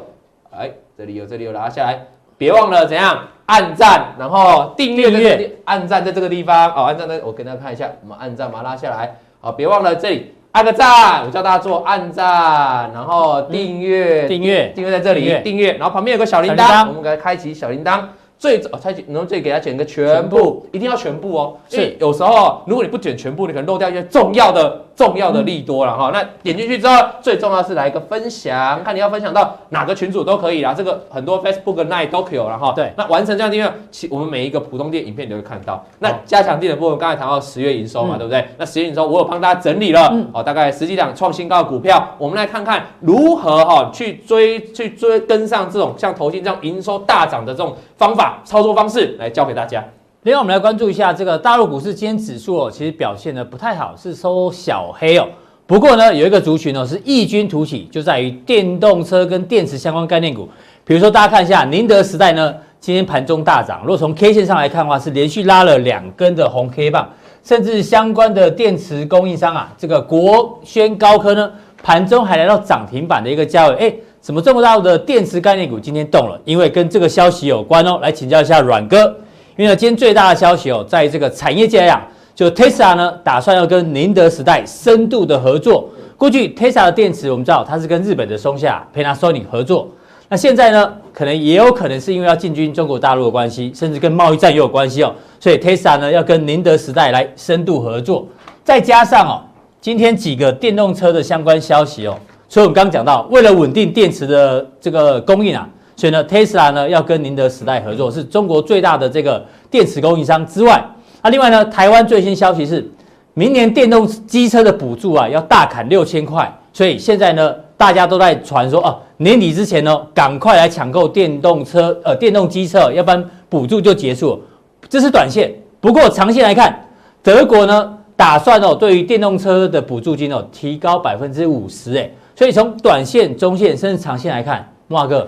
S5: 哎，这里有，这里有，拉下来，别忘了怎样按赞，然后订阅
S4: 订
S5: 订
S4: 阅
S5: 阅，按赞在这个地方哦，按赞在，我给大家看一下，我们按赞把它拉下来，好，别忘了这里按个赞，我叫大家做按赞，然后订阅，
S4: 订阅
S5: 订阅在这
S4: 订阅
S5: 里，订阅，然后旁边有个小
S4: 小
S5: 铃
S4: 铃铛
S5: 铛，我们给它开启小铃铛。最哦早才能最给他卷个全部，一定要全部哦。
S4: 是
S5: 因为有时候如果你不卷全部，你可能漏掉一些重要的重要的利
S4: 嗯
S5: 多了哈。那点进去之后，最重要是来一个分享，看你要分享到哪个群组都可以啦。这个很多 Facebook、Line 都有了哈。
S4: 对
S5: 那完成这样的订阅，其我们每一个普通店影片你都会看到。那加强店的部分，刚才谈到十月营收嘛，
S4: 嗯
S5: 对不对？那十月营收我有帮大家整理了，哦，大概十几档创新高的股票，我们来看看如何哈、去追去追跟上这种像投信这样营收大涨的这种方法操作方式来教给大家。
S4: 另外，我们来关注一下这个大陆股市，今天指数哦，其实表现的不太好，是收小黑哦。不过呢，有一个族群哦是异军突起，就在于电动车跟电池相关概念股。比如说，大家看一下宁德时代呢，今天盘中大涨。如果从 K 线上来看的话，是连续拉了两根的红 K 棒，甚至相关的电池供应商啊，这个国轩高科呢，盘中还来到涨停板的一个价位。哎，怎么这么大的电池概念股今天动了？因为跟这个消息有关哦。来请教一下阮哥。因为呢，今天最大的消息哦，在这个产业界来讲，就 Tesla 呢打算要跟宁德时代深度的合作。过去 Tesla 的电池我们知道它是跟日本的松下 Panasonic 合作，那现在呢，可能也有可能是因为要进军中国大陆的关系，甚至跟贸易战也有关系哦，所以 Tesla 呢要跟宁德时代来深度合作，再加上哦，今天几个电动车的相关消息哦，所以我们刚刚讲到，为了稳定电池的这个供应啊，所以呢，Tesla 呢要跟宁德时代合作，是中国最大的这个电池供应商之外，那、另外呢，台湾最新消息是，明年电动机车的补助啊要大砍六千块，所以现在呢，大家都在传说啊，年底之前呢，赶快来抢购电动车呃电动机车，要不然补助就结束了。这是短线，不过长线来看，德国呢打算哦，对于电动车的补助金哦提高百分之五十，哎，所以从短线、中线甚至长线来看，莫华哥，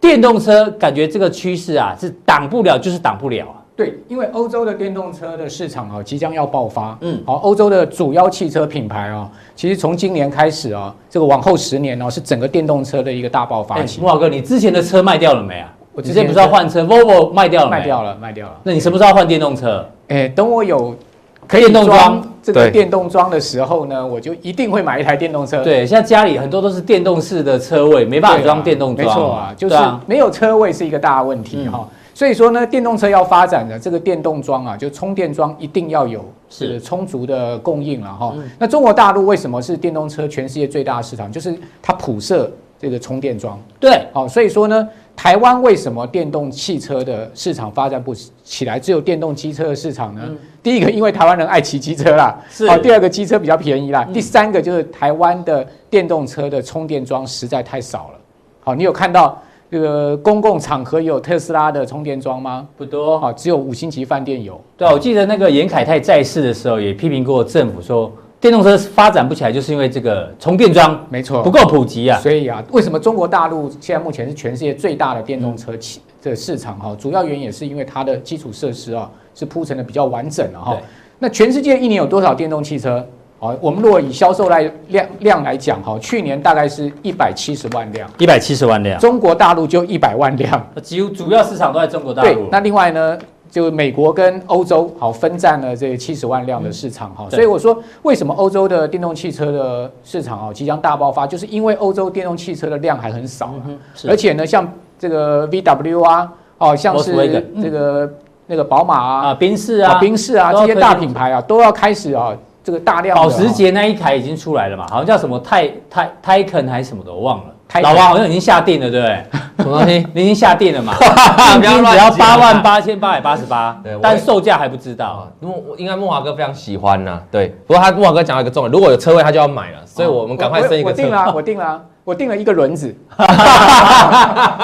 S4: 电动车感觉这个趋势啊是挡不了，就是挡不了啊。
S6: 对，因为欧洲的电动车的市场啊、即将要爆发，
S4: 嗯
S6: 嗯，好、欧洲的主要汽车品牌啊、其实从今年开始啊、这个往后十年哦，是整个电动车的一个大爆发
S4: 哎，
S6: 期。
S4: 莫华哥，你之前的车卖掉了没啊？
S6: 我
S4: 之
S6: 之
S4: 前
S6: 前
S4: 不是要换车，Volvo 卖掉了没？
S6: 卖掉了，卖掉了。
S4: 那你什么时候要换电动车？
S6: 哎，等我有可
S4: 电
S6: 以
S4: 动装
S6: 装这个
S5: 对
S6: 电动装的时候呢，我就一定会买一台电动车。
S4: 对，现在家里很多都是电动式的车位，
S6: 对
S4: 没
S6: 啊，
S4: 办法装电动装。
S6: 没错啊，就是
S4: 对啊嗯
S6: 没有车位是一个大问题哈。所以说呢，电动车要发展的这个电动桩啊，就充电桩一定要有
S4: 是嗯
S6: 呃充足的供应了哈。那中国大陆为什么是电动车全世界最大的市场？就是它普设这个充电桩。
S4: 对，
S6: 好、所以说呢，台湾为什么电动汽车的市场发展不起来，只有电动机车的市场呢？第一个，因为台湾人爱骑机车啦，
S4: 嗯是嗯
S6: 第二个，机车比较便宜啦。第三个就是台湾的电动车的充电桩实在太少了。好、你有看到这个公共场合有特斯拉的充电桩吗？
S4: 不多。
S6: 好、只有五星级饭店有。
S4: 对啊，我记得那个严凯泰在世的时候也批评过政府说，电动车发展不起来，就是因为这个充电桩
S6: 没错，
S4: 不够普及啊。
S6: 所以啊，为什么中国大陆现在目前是全世界最大的电动车企的市场哈、主要原因也是因为它的基础设施啊是铺陈的比较完整了哈、
S4: 对
S6: 那全世界一年有多少电动汽车？哦，我们如果以销售来量量来讲哈、去年大概是一百七十万辆，
S4: 一百七十万辆，
S6: 中国大陆就一百万辆。
S4: 几乎主要市场都在中国大
S6: 对
S4: 陆，。啊
S6: 那另外呢，就美国跟欧洲好分占了这七十万辆的市场哈、
S4: 嗯对
S6: 所以我说为什么欧洲的电动汽车的市场哦即将大爆发，就是因为欧洲电动汽车的量还很少、啊
S4: 嗯是
S6: 而且呢，像这个 VW 啊，哦，像是
S4: Volkswagen，
S6: 这个、那个宝马啊、
S4: 啊，宾士啊，
S6: 宾士啊
S4: 都
S6: 这
S4: 要
S6: 些
S4: 推
S6: 大品牌啊，都要开始啊这个大量的
S4: 保时
S6: 哦
S4: 捷那一台已经出来了嘛，好像叫什么泰泰泰肯还是什么的，我忘了。
S6: Taycan
S4: 老王好像已经下定了，对不对？什么东西？你已经下定 了嘛？
S5: 不
S4: 定
S5: 要
S4: 金
S5: 乱
S4: 只要啊
S5: 讲
S4: 八万八千八百八十八
S5: 对，我
S4: 但售价还不知道
S5: 啊。， 木应该木华哥非常喜欢呐、对。不过他木华哥讲到一个重点，如果有车位他就要买了，所以我们赶快生一
S6: 哦我
S5: 个
S6: 我
S5: 车
S6: 定
S5: 位。
S6: 了啊，我定了啊，我定了一个轮子，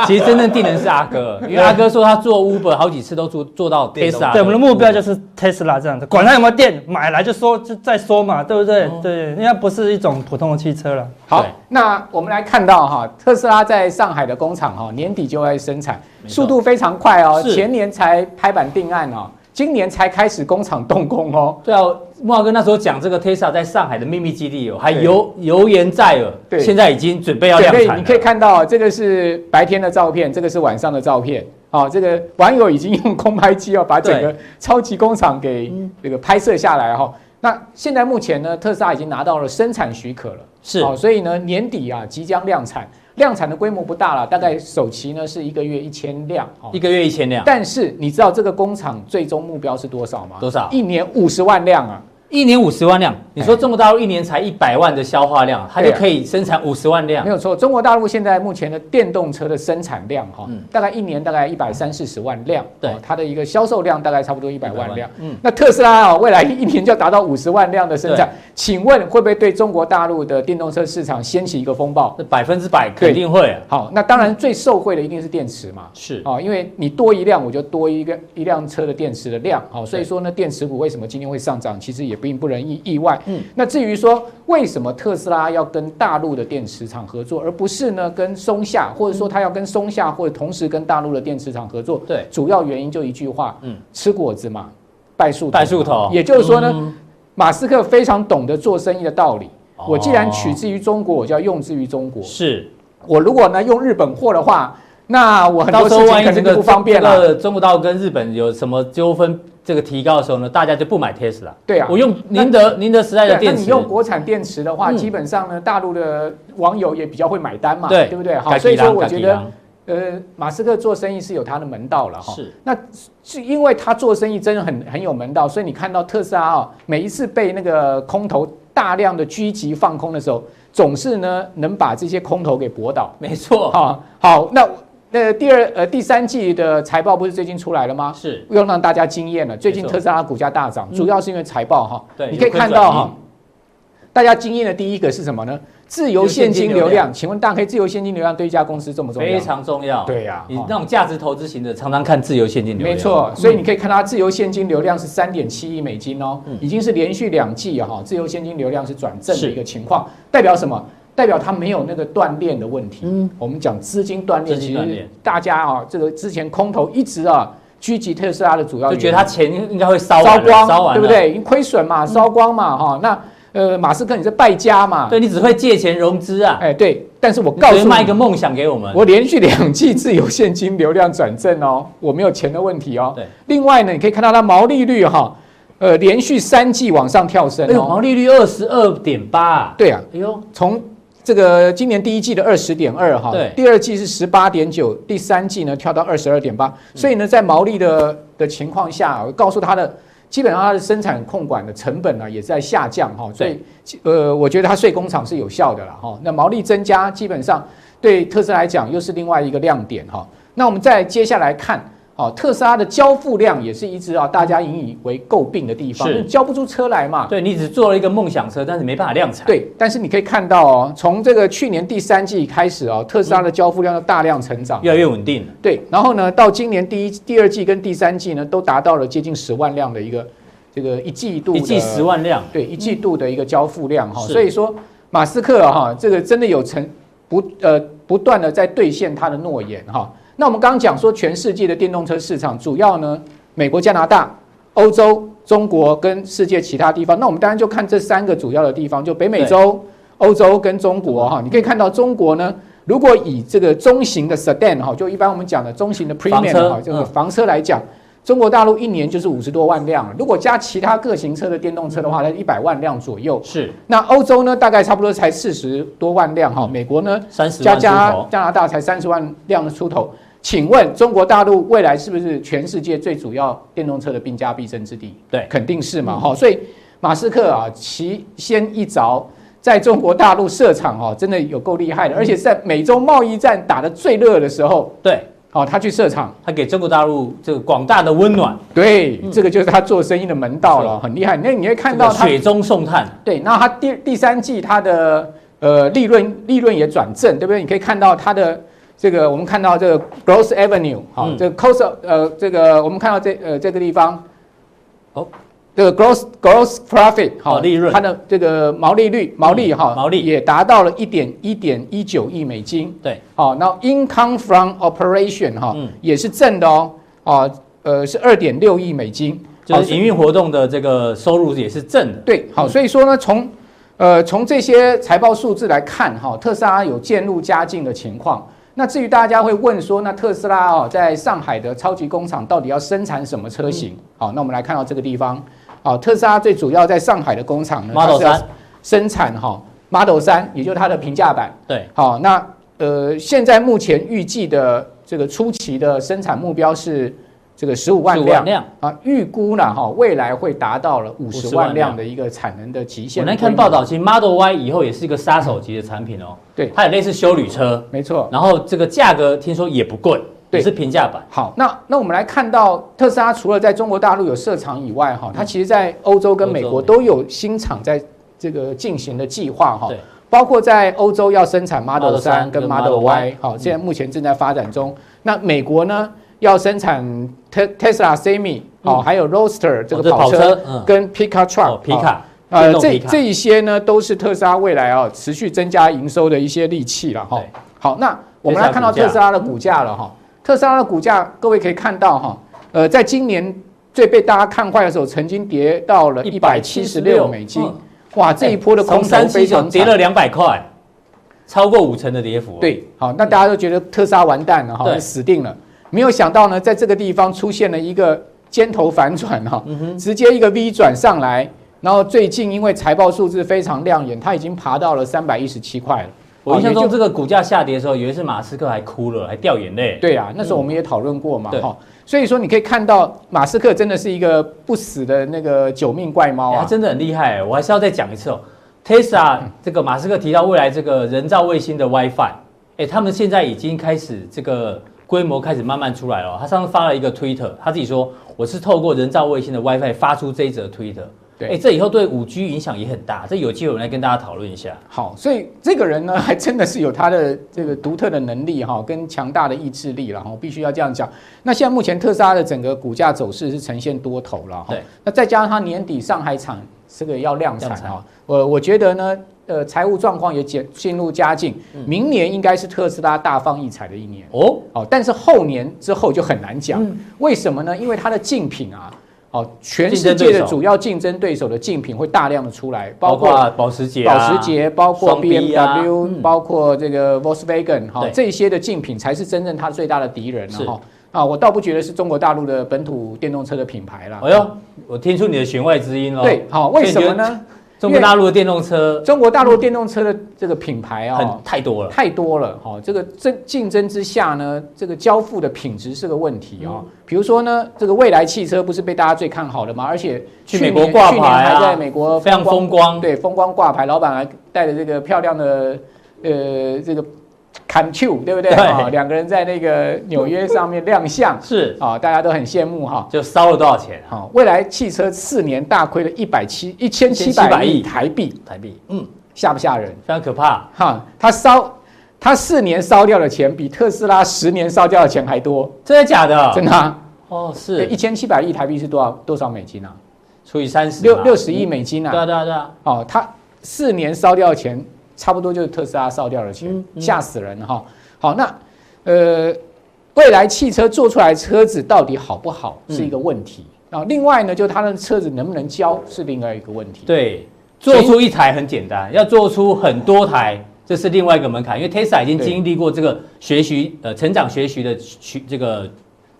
S4: 其实真正定人是阿哥，因为阿哥说他做 Uber 好几次都做做到 Tesla。
S3: 对，我们的目标就是 Tesla 这样的，管它有没有电，买来就说就再说嘛，对不对？对，因为它不是一种普通的汽车了。
S6: 好
S4: 对，
S6: 那我们来看到哈，特斯拉在上海的工厂哈，年底就要生产，
S4: 错
S6: 速度非常快哦。
S4: 是
S6: 前年才拍板定案哦，今年才开始工厂动工哦。
S4: 对啊，木华哥那时候讲这个 Tesla 在上海的秘密基地有，还油油盐在耳，
S6: 对
S4: 现在已经准备要
S6: 对，
S4: 量
S6: 所以
S4: 产了。
S6: 你可以看到，这个是白天的照片，这个是晚上的照片。哦，这个网友已经用空拍机哦，把整个超级工厂给这个拍摄下来哈、哦。那现在目前呢，特斯拉已经拿到了生产许可了。
S4: 是
S6: 哦，所以呢，年底啊即将量产。量产的规模不大了，大概首期呢是一个月一千辆哦
S4: 一。个月一千辆，
S6: 但是你知道这个工厂最终目标是多少吗？
S4: 多少
S6: 一年五十万辆啊！
S4: 一年五十万辆。你说中国大陆一年才一百万的消化量，它就可以生产五十万辆
S6: 没。有错，中国大陆现在目前的电动车的生产量哈、
S4: 嗯
S6: 大概一年大概一百三四十万辆，
S4: 对
S6: 哦它的一个销售量大概差不多一百万辆。
S4: 嗯
S6: 那特斯拉啊、未来一年就要达到五十万辆的生产，请问会不会对中国大陆的电动车市场掀起一个风暴？
S4: 那百分之百肯定会啊，
S6: 好，那当然最受惠的一定是电池嘛，
S4: 是
S6: 哦，因为你多一辆，我就多一个一辆车的电池的量，好、所以
S4: 对
S6: 说呢，电池股为什么今天会上涨，其实也并不容易意外。
S4: 嗯
S6: 嗯，那至于说为什么特斯拉要跟大陆的电池厂合作，而不是呢跟松下，或者
S4: 嗯
S6: 说它要跟松下或者同时跟大陆的电池厂合作，
S4: 对
S6: 主要原因就一句话，
S4: 嗯
S6: 嗯，吃果子嘛，拜树
S4: 拜树头
S6: 也就是说呢，
S4: 嗯
S6: 马斯克非常懂得做生意的道理。我既然取
S4: 哦
S6: 之于中国，我就要用之于中国。
S4: 是。
S6: 我如果呢用日本货的话，那我很
S4: 到
S6: 多
S4: 时
S6: 事
S4: 候
S6: 情
S4: 万一
S6: 可
S4: 这
S6: 能
S4: 个
S6: 就不方便
S4: 这
S6: 了。
S4: 个中国大陆跟日本有什么纠纷，这个提高的时候呢，大家就不买 Tesla。
S6: 对啊
S4: 我用宁德宁德时代
S6: 对
S4: 的
S6: 啊，那
S4: 电池。
S6: 你用国产电池的话，
S4: 嗯
S6: 基本上呢，大陆的网友也比较会买单嘛，
S4: 对
S6: 对不对？
S4: 改
S6: 好，
S4: 吉
S6: 所以说
S4: 郎
S6: 我
S4: 改
S6: 觉
S4: 吉
S6: 得
S4: 郎，
S6: 呃，马斯克做生意是有他的门道了哈。
S4: 是，
S6: 那是因为他做生意真的很很有门道，所以你看到特斯拉啊、每一次被那个空头大量的狙击放空的时候，总是呢能把这些空头给驳倒。
S4: 没错，
S6: 好、好，那那第二呃第三季的财报不是最近出来了吗？
S4: 是
S6: 又让大家惊艳了。最近
S4: 没错
S6: 特斯拉股价大涨，
S4: 嗯
S6: 主要是因为财报哈。
S4: 对
S6: 你可以
S4: 有亏
S6: 看
S4: 转
S6: 到
S4: 盈
S6: 哈，大家惊艳的第一个是什么呢？自由现金流量。请问大 K 自由现金流量对一家公司重不重要？
S4: 非。常重要。
S6: 对呀
S4: 你
S6: 哦
S4: 那种价值投资型的，常常看自由现金流量。
S6: 没错，所以你可以看它自由现金流量是三点七亿美金哦，
S4: 嗯
S6: 已经是连续两季哈、自由现金流量是转正的一个情况，代表什么？代表它没有那个断裂的问题。
S4: 嗯
S6: 我们讲资金断裂，
S4: 资
S6: 其
S4: 金断裂
S6: 实大家啊，这个之前空头一直啊狙击特斯拉的主要原
S4: 就
S6: 因，
S4: 觉得他钱应该会
S6: 烧
S4: 烧完了
S6: 光，
S4: 烧完了嗯
S6: 对不？对？亏损嘛，烧光嘛，哈、那呃，马斯克你是败家嘛？
S4: 对，你只会借钱融资啊，
S6: 哎，对，但是我
S4: 你
S6: 告
S4: 只会
S6: 诉
S4: 卖一
S6: 你
S4: 个，梦想给我们。
S6: 我连续两季自由现金流量转正 哦，我没有钱的问题哦。
S4: 对，
S6: 另外呢，你可以看到它毛利率哈、呃，连续三季往上跳升
S4: 哎呦，
S6: 哦。
S4: 毛利率二十二点八，
S6: 对啊，
S4: 哎呦，
S6: 从这个今年第一季的二十点二哈
S4: 对，
S6: 第二季是十八点九，第三季呢跳到二十二点
S4: 嗯
S6: 八，所以呢，在毛利的的情况下，我告诉他的。基本上它的生产控管的成本呢、也在下降哈、所以呃，我觉得它税工厂是有效的啦哈、那毛利增加，基本上对特斯拉来讲又是另外一个亮点哈、那我们再接下来看，哦，特斯拉的交付量也是一直啊大家引以为诟病的地方，
S4: 是
S6: 因为交不出车来嘛。
S4: 对你只做了一个梦想车，但是没办法量产。，
S6: 对，但是你可以看到哦，从这个去年第三季开始哦，特斯拉的交付量就大量成长。
S4: 越来越稳定了。
S6: 对，然后呢，到今年第一、第二季跟第三季呢，都达到了接近十万辆的一个这个一季度的
S4: 一季十，万辆，
S6: 对，一季度的一个交付量哈、
S4: 是
S6: 所以说，马斯克哈、这个真的有成不呃不断的在兑现他的诺言哈、那我们刚刚讲说，全世界的电动车市场主要呢，美国、加拿大、欧洲、中国跟世界其他地方。那我们当然就看这三个主要的地方，就北美洲、欧洲跟中国哈。你可以看到中国呢，如果以这个中型的 sedan 哈，就一般我们讲的中型的
S4: 房
S6: premium
S4: 车
S6: 哈，这个
S4: 嗯
S6: 房车来讲。中国大陆一年就是五十多万辆，如果加其他各型车的电动车的话，它一百万辆左右。
S4: 是
S6: 那欧洲呢，大概差不多才四十多万辆哈，美国呢
S4: 三十
S6: 加
S4: 万出
S6: 加
S4: 头。
S6: 加拿大才三十万辆的出头。请问中国大陆未来是不是全世界最主要电动车的兵家必争之地？
S4: 对嗯
S6: 肯定是嘛，哈、所以马斯克啊，其先一着在中国大陆设厂哦，真的有够厉害的，而且是在美洲贸易战打得最热的时候，
S4: 对，
S6: 哦，他去设厂，
S4: 他给中国大陆这个广大的温暖，
S6: 对，这个就是他做生意的门道了，很厉害。那你会看
S4: 嗯这
S6: 到
S4: 个
S6: 他
S4: 雪中送炭，
S6: 对，那它第第三季它的呃利润利润也转正，对不对？你可以看到它的这个，我们看到这个 Growth Avenue，好、
S4: 嗯
S6: 这个 cost of- 呃这个我们看到这呃这个地方，
S4: 哦，
S6: 这个 gross gross profit
S4: 哦利润嗯
S6: 它的这个毛利率毛利哈、
S4: 毛利
S6: 也达到了一点一点一九亿美金，
S4: 对，
S6: 好、那 income from operation 哈、
S4: 嗯
S6: 也是正的哦，哦呃是二点六亿美金，
S4: 就
S6: 好
S4: 是营运活嗯动的这个收入也是正的。
S6: 对，好，所以说呢，从呃从这些财报数字来看，哈、特斯拉有渐入佳境的情况。那至于大家会问说，那特斯拉哦，在上海的超级工厂到底要生产什么车
S4: 嗯
S6: 型？好，那我们来看到这个地方，好，特斯拉最主要在上海的工厂呢
S4: Model
S6: 它是要
S4: 3
S6: 生产哈、Model 三，也就是它的平价版。
S4: 对，
S6: 好，那呃，现在目前预计的这个初期的生产目标是这个十五万
S4: 15
S6: 辆
S4: 万辆
S6: 啊，预估呢哈，未来会达到了五
S4: 50
S6: 十
S4: 万
S6: 万
S4: 辆
S6: 辆的一个产能的极限。
S4: 我那天看报，道，其实 Model Y 以后也是一个杀手级的产品哦。
S6: 对
S4: 它有类似修旅车，
S6: 没 错。
S4: 然后这个价格听说也不贵，
S6: 对
S4: 也是平价版。
S6: 好，那那我们来看到特斯拉除了在中国大陆有设厂以外，
S5: 嗯
S6: 哈，它其实在欧洲跟美
S4: 欧
S6: 国
S4: 洲
S6: 都有新厂在这个进行的计划，哈
S4: 对。
S6: 包括在欧洲要生产 Model
S4: Model 3
S6: 3跟
S4: 跟
S6: Model
S4: Model Y
S6: Y，好，
S5: 嗯
S6: 现在目前正在发展中。那美国呢，要生产 Te- Tesla Semi，哦，
S4: 嗯
S6: 还有 Roadster 这
S4: 哦
S6: 个跑车
S4: 嗯，
S6: 跟 Pickup
S4: 哦
S6: Truck，
S4: 皮
S6: 哦
S4: 卡，
S6: 呃
S4: 电，动
S6: 这
S4: 皮卡
S6: 这一些呢，都是特斯拉未来啊、持续增加营收的一些利器了哈、
S4: 对
S6: 好，那我们来看到特斯拉的股价了哈、特斯拉的股价，各位可以看到哈、呃，在今年最被大家看坏的时候，曾经跌到了一百七十六美金、
S4: 嗯哎
S6: 哇，这一波的空
S4: 从
S6: 头
S4: 三
S6: 非
S4: 七九
S6: 常
S4: 跌
S6: 惨
S4: 了两百块，超过五成的跌幅。，哦
S6: 对，好，那大家都觉得特斯拉完蛋了哈，
S4: 对
S6: 死定了。没有想到呢，在这个地方出现了一个尖头反转哈，
S4: 嗯
S6: 直接一个 V 转上来，然后最近因为财报数字非常亮眼，它已经爬到了三百一十七块了。
S4: 我印象
S6: 好
S4: 中
S6: 也就
S4: 这个股价下跌的时候，有一次马斯克还哭了，还掉眼泪。
S6: 对啊，那时候我们也讨论过嘛
S4: 嗯对
S6: 哈，所以说你可以看到马斯克真的是一个不死的那个九命怪猫
S4: 哎，他
S6: 啊。
S4: 真的很厉害。我还是要再讲一次哦，Tesla 这个马斯克提到未来这个人造卫星的 WiFi，哎，他们现在已经开始这个规模开始慢慢出来了哦。他上次发了一个 Twitter，他自己说我是透过人造卫星的 WiFi 发出这一则 Twitter。
S6: 对
S4: 哎，这以后对五 G 影响也很大，这有机会我们来跟大家讨论一下。
S6: 好，所以这个人呢， 还真的是有他的这个独特的能力哈，跟强大的意志力了哈，我必须要这样讲。那现在目前特斯拉的整个股价走势是呈现多头了哈
S4: 对，
S6: 那再加上它年底上海厂这个要量产
S4: 量产
S6: 哈，我我觉得呢，呃，财务状况也减进入佳境，
S4: 嗯
S6: 明年应该是特斯拉大放异彩的一年。
S4: 哦，
S6: 哦，但是后年之后就很难讲，
S4: 嗯
S6: 为什么呢？因为它的竞品啊，哦，全世
S4: 竞争
S6: 界
S4: 对手
S6: 的主要竞争对手的竞品会大量的出来，
S4: 包
S6: 包括
S4: 括保时捷、
S6: 保时，捷，包括
S4: 啊双 B 啊
S6: BMW，、
S4: 嗯
S6: 包括这个 Volkswagen 哈
S4: 对，
S6: 这些的竞品才是真正它最大的敌人了
S4: 是
S6: 哈。啊，我倒不觉得是中国大陆的本土电动车的品牌啦。
S4: 哎呦，我听出你的弦外之音喽。
S6: 啊对，好，为什么
S4: 所以你觉
S6: 呢？
S4: 得？中国大陆的电动车
S6: 中国大陆电动车的这个品牌啊、
S4: 很太多了，
S6: 太多了哈、这个争竞争之下呢，这个交付的品质是个问题
S4: 嗯
S6: 啊、比如说呢，这个未来汽车不是被大家最看好的吗？而且
S4: 去
S6: 去
S4: 美国
S6: 年
S4: 挂
S6: 去年
S4: 牌啊
S6: 还在美国
S4: 非常风光。
S6: 对，风光挂牌，老板还带着这个漂亮的呃这个 Cam Q，对不对
S4: 对
S6: 啊？两个人在那个纽约上面亮 相
S4: 是
S6: 啊，大家都很羡慕哈。
S4: 就烧了多少钱啊？
S6: 好，未来汽车四年大亏了一百七一千七
S4: 1700
S6: 百
S4: 亿
S6: 亿台币，
S4: 台币，嗯，
S6: 吓不吓人？
S4: 非常可怕。
S6: 哈，他烧他四年烧掉的钱比特斯拉十年烧掉的钱还多，
S4: 真的假的？
S6: 真的、啊。
S4: 哦，是
S6: 一千七百亿台币是多少多少美金啊？
S4: 除以三十，
S6: 六六十亿美金
S4: 嗯
S6: 啊。
S4: 对啊，对啊，对啊，
S6: 哦，他四年烧掉的钱，差不多就是特斯拉烧掉的钱
S4: 嗯，嗯
S6: 吓、死人了哈、好，那呃，未来汽车做出来的车子到底好不好
S4: 嗯
S6: 是一个问题。然后另外呢，就它的车子能不能交是另外一个问题。
S4: 对，
S6: 所以
S4: 做出一台很简单，要做出很多台，这是另外一个门槛。因为 Tesla 已经
S6: 对
S4: 经历过这个学习呃成长学习的学这个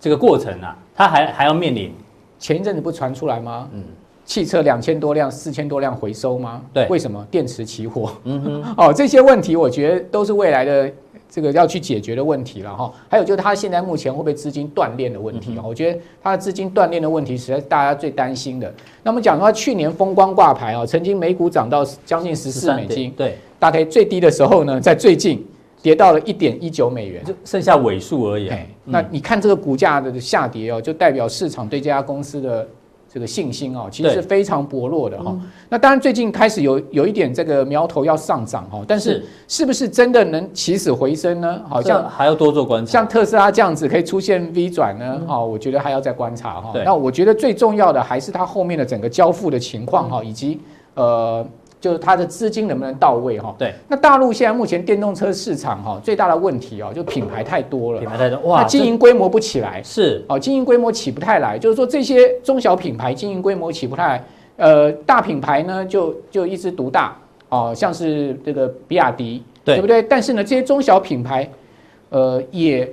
S4: 这个过程啊，它还还要面临
S6: 前一阵子不传出来吗？
S4: 嗯
S6: 汽车两千多辆、四千多辆回收吗？
S4: 对嗯
S6: 为什么电池起火？ 哦，这些问题我觉得都是未来的这个要去解决的问题了哈。还有就是它现在目前会不会资金断裂的问题啊？
S4: 嗯
S6: 我觉得它的资金断裂的问题，实在是大家最担心的。那么讲的话，去年风光挂牌啊，曾经美股涨到将近十四
S4: 13
S6: 美
S4: 点
S6: 金，
S4: 对，
S6: 大概最低的时候呢，在最近跌到了一点一九美元。
S4: 就剩下尾数而已啊
S6: 哎。那你看这个股价的下跌哦，就代表市场对这家公司的这个信心哦，其实
S4: 对
S6: 是非常薄弱的哈、那当然，最近开始有有一点这个苗头要上涨哈、哦，但是
S4: 是
S6: 是不是真的能起死回生呢？好
S4: 好
S6: 像
S4: 像还要多做观察
S6: 像。特斯拉这样子可以出现 V 转呢，哈、我觉得还要再观察哈、
S4: 嗯对
S6: 那我觉得最重要的还是它后面的整个交付的情况哈、以及呃，就是它的资金能不能到位哈、
S4: 对，
S6: 那大陆现在目前电动车市场哈、最大的问题哦，就品牌太多了，
S4: 品牌太多
S6: 那
S4: 哇，
S6: 经
S4: 啊这
S6: 营规模不起来，
S4: 是
S6: 哦，经营规模起不太来，就是说这些中小品牌经营规模起不太来，呃，大品牌呢就就一枝独大，哦，像是这个比亚迪，
S4: 对
S6: 不对？但是呢，这些中小品牌，呃，也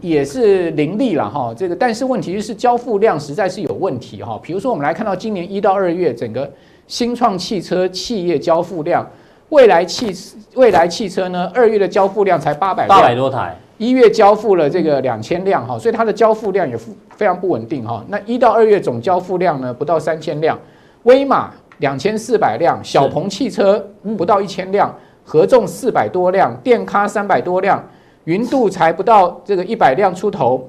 S6: 也是凌厉了哈、这个但是问题是交付量实在是有问题哈、比如说我们来看到今年一到二月整个新创汽车企业交付量。未来汽未来汽车呢，二月的交付量才八百
S4: 八百
S6: 辆，
S4: 多台，
S6: 一月交付了这个两千辆哈，所以它的交付量也非常不稳定哈。那一到二月总交付量呢不到三千辆，威马两千四百辆，小鹏汽车不到一千辆，合众四百多辆，电咖三百多辆，云度才不到这个一百辆出头。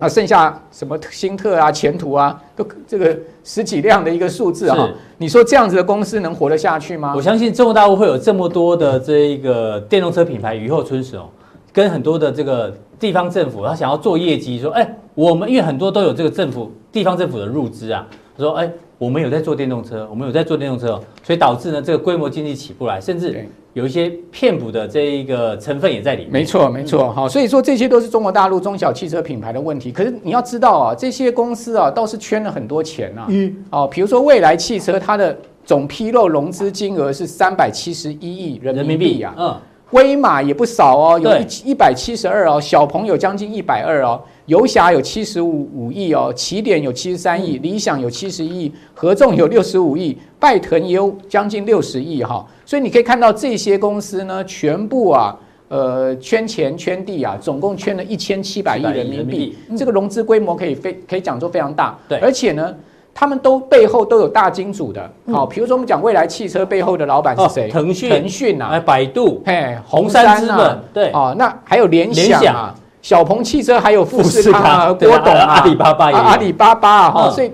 S6: 啊，剩下什么新特啊、前途啊，都这个十几辆的一个数字哈
S4: 是，
S6: 你说这样子的公司能活得下去吗
S4: 我？相信中国大陆会有这么多的这一个电动车品牌雨后春笋哦，跟很多的这个地方政府，他想要做业绩，说，哎，我们因为很多都有这个政府地方政府的入资啊，说，哎，我们有在做电动车，我们有在做电动车、哦，所以导致呢这个规模经济起不来，甚至
S6: 对
S4: 有一些骗补的这一个成分也在里面。
S6: 没错，没错，好，所以说这些都是中国大陆中小汽车品牌的问题。可是你要知道啊，这些公司啊倒是圈了很多钱啊。嗯，哦，比如说未来汽车，它的总披露融资金额是三百七十一亿人民币啊。
S4: 嗯，
S6: 威马也不少哦，有
S4: 对
S6: 一一百七十二哦，小鹏有将近一百二哦，游侠有七十五五亿哦，起点有七十三亿，理想有七十亿，合众有六十五亿，拜腾也有将近六十亿哈、所以你可以看到这些公司呢，全部啊。呃，圈钱圈地啊，总共圈了一千七百亿
S4: 100亿
S6: 人民
S4: 人民
S6: 币嗯
S4: 币，
S6: 这个融资规模可以非可以讲说非常大，
S4: 对
S6: 而且呢，他们都背后都有大金主的，好、比如说我们讲未来汽车背后的老板是
S4: 哦
S6: 谁？
S4: 腾讯
S6: 腾讯啊
S4: 哎，，百度，
S6: 嘿，
S4: 红
S6: 红
S4: 杉
S6: 杉
S4: 资
S6: 啊
S4: 本对
S6: 哦，那还有联
S4: 联
S6: 想啊
S4: 想，
S6: 小鹏汽车还有富
S4: 富
S6: 士
S4: 士
S6: 康啊、
S4: 康
S6: 郭
S4: 对啊
S6: 董啊、
S4: 阿里巴巴也
S6: 啊
S4: 有
S6: 阿里巴巴啊哈，
S4: 嗯
S6: 所以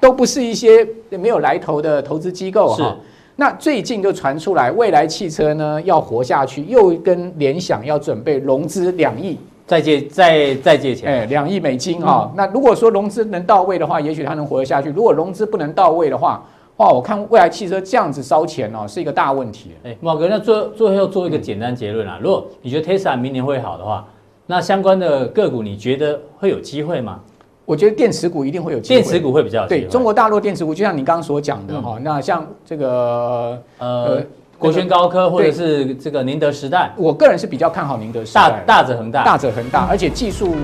S6: 都不是一些没有来头的投资机构啊
S4: 是
S6: 哈。那最近就传出来，未来汽车呢要活下去，又跟联想要准备融资两亿，
S4: 再借再再借钱，
S6: 哎，两亿美金哈。那如果说融资能到位的话，也许它能活得下去；如果融资不能到位的话，哇，我看未来汽车这样子烧钱哦，是一个大问题。
S4: 哎，茂哥，那最最后做一个简单结论啊，如果你觉得 Tesla 明年会好的话，那相关的个股你觉得会有机会吗？
S6: 我觉得电池股一定会有机会。
S4: 电池股嗯会比较有机会
S6: 对中国大陆电池股，就像你刚刚所讲的哈、那像这个，呃
S4: 呃国轩高科或者是这个宁德时代，
S6: 我个人是比较看好宁德时代
S4: 大
S6: 的
S4: 大者恒大，
S6: 大者恒大，而且技术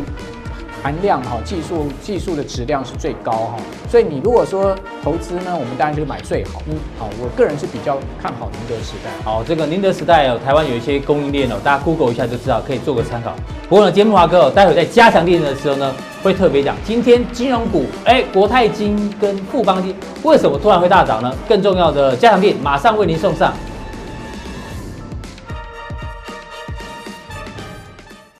S6: 含量哈、技术技术的质量是最高哈、所以你如果说投资呢，我们当然就是买最好。嗯，好，我个人是比较看好宁德时代。
S4: 好，这个宁德时代哦，台湾有一些供应链哦，大家 Google 一下就知道，可以做个参考。不过呢，今天木华哥哦，待会在加强练的时候呢，会特别讲今天金融股，哎，国泰金跟富邦金为什么突然会大涨呢？更重要的加强练马上为您送上。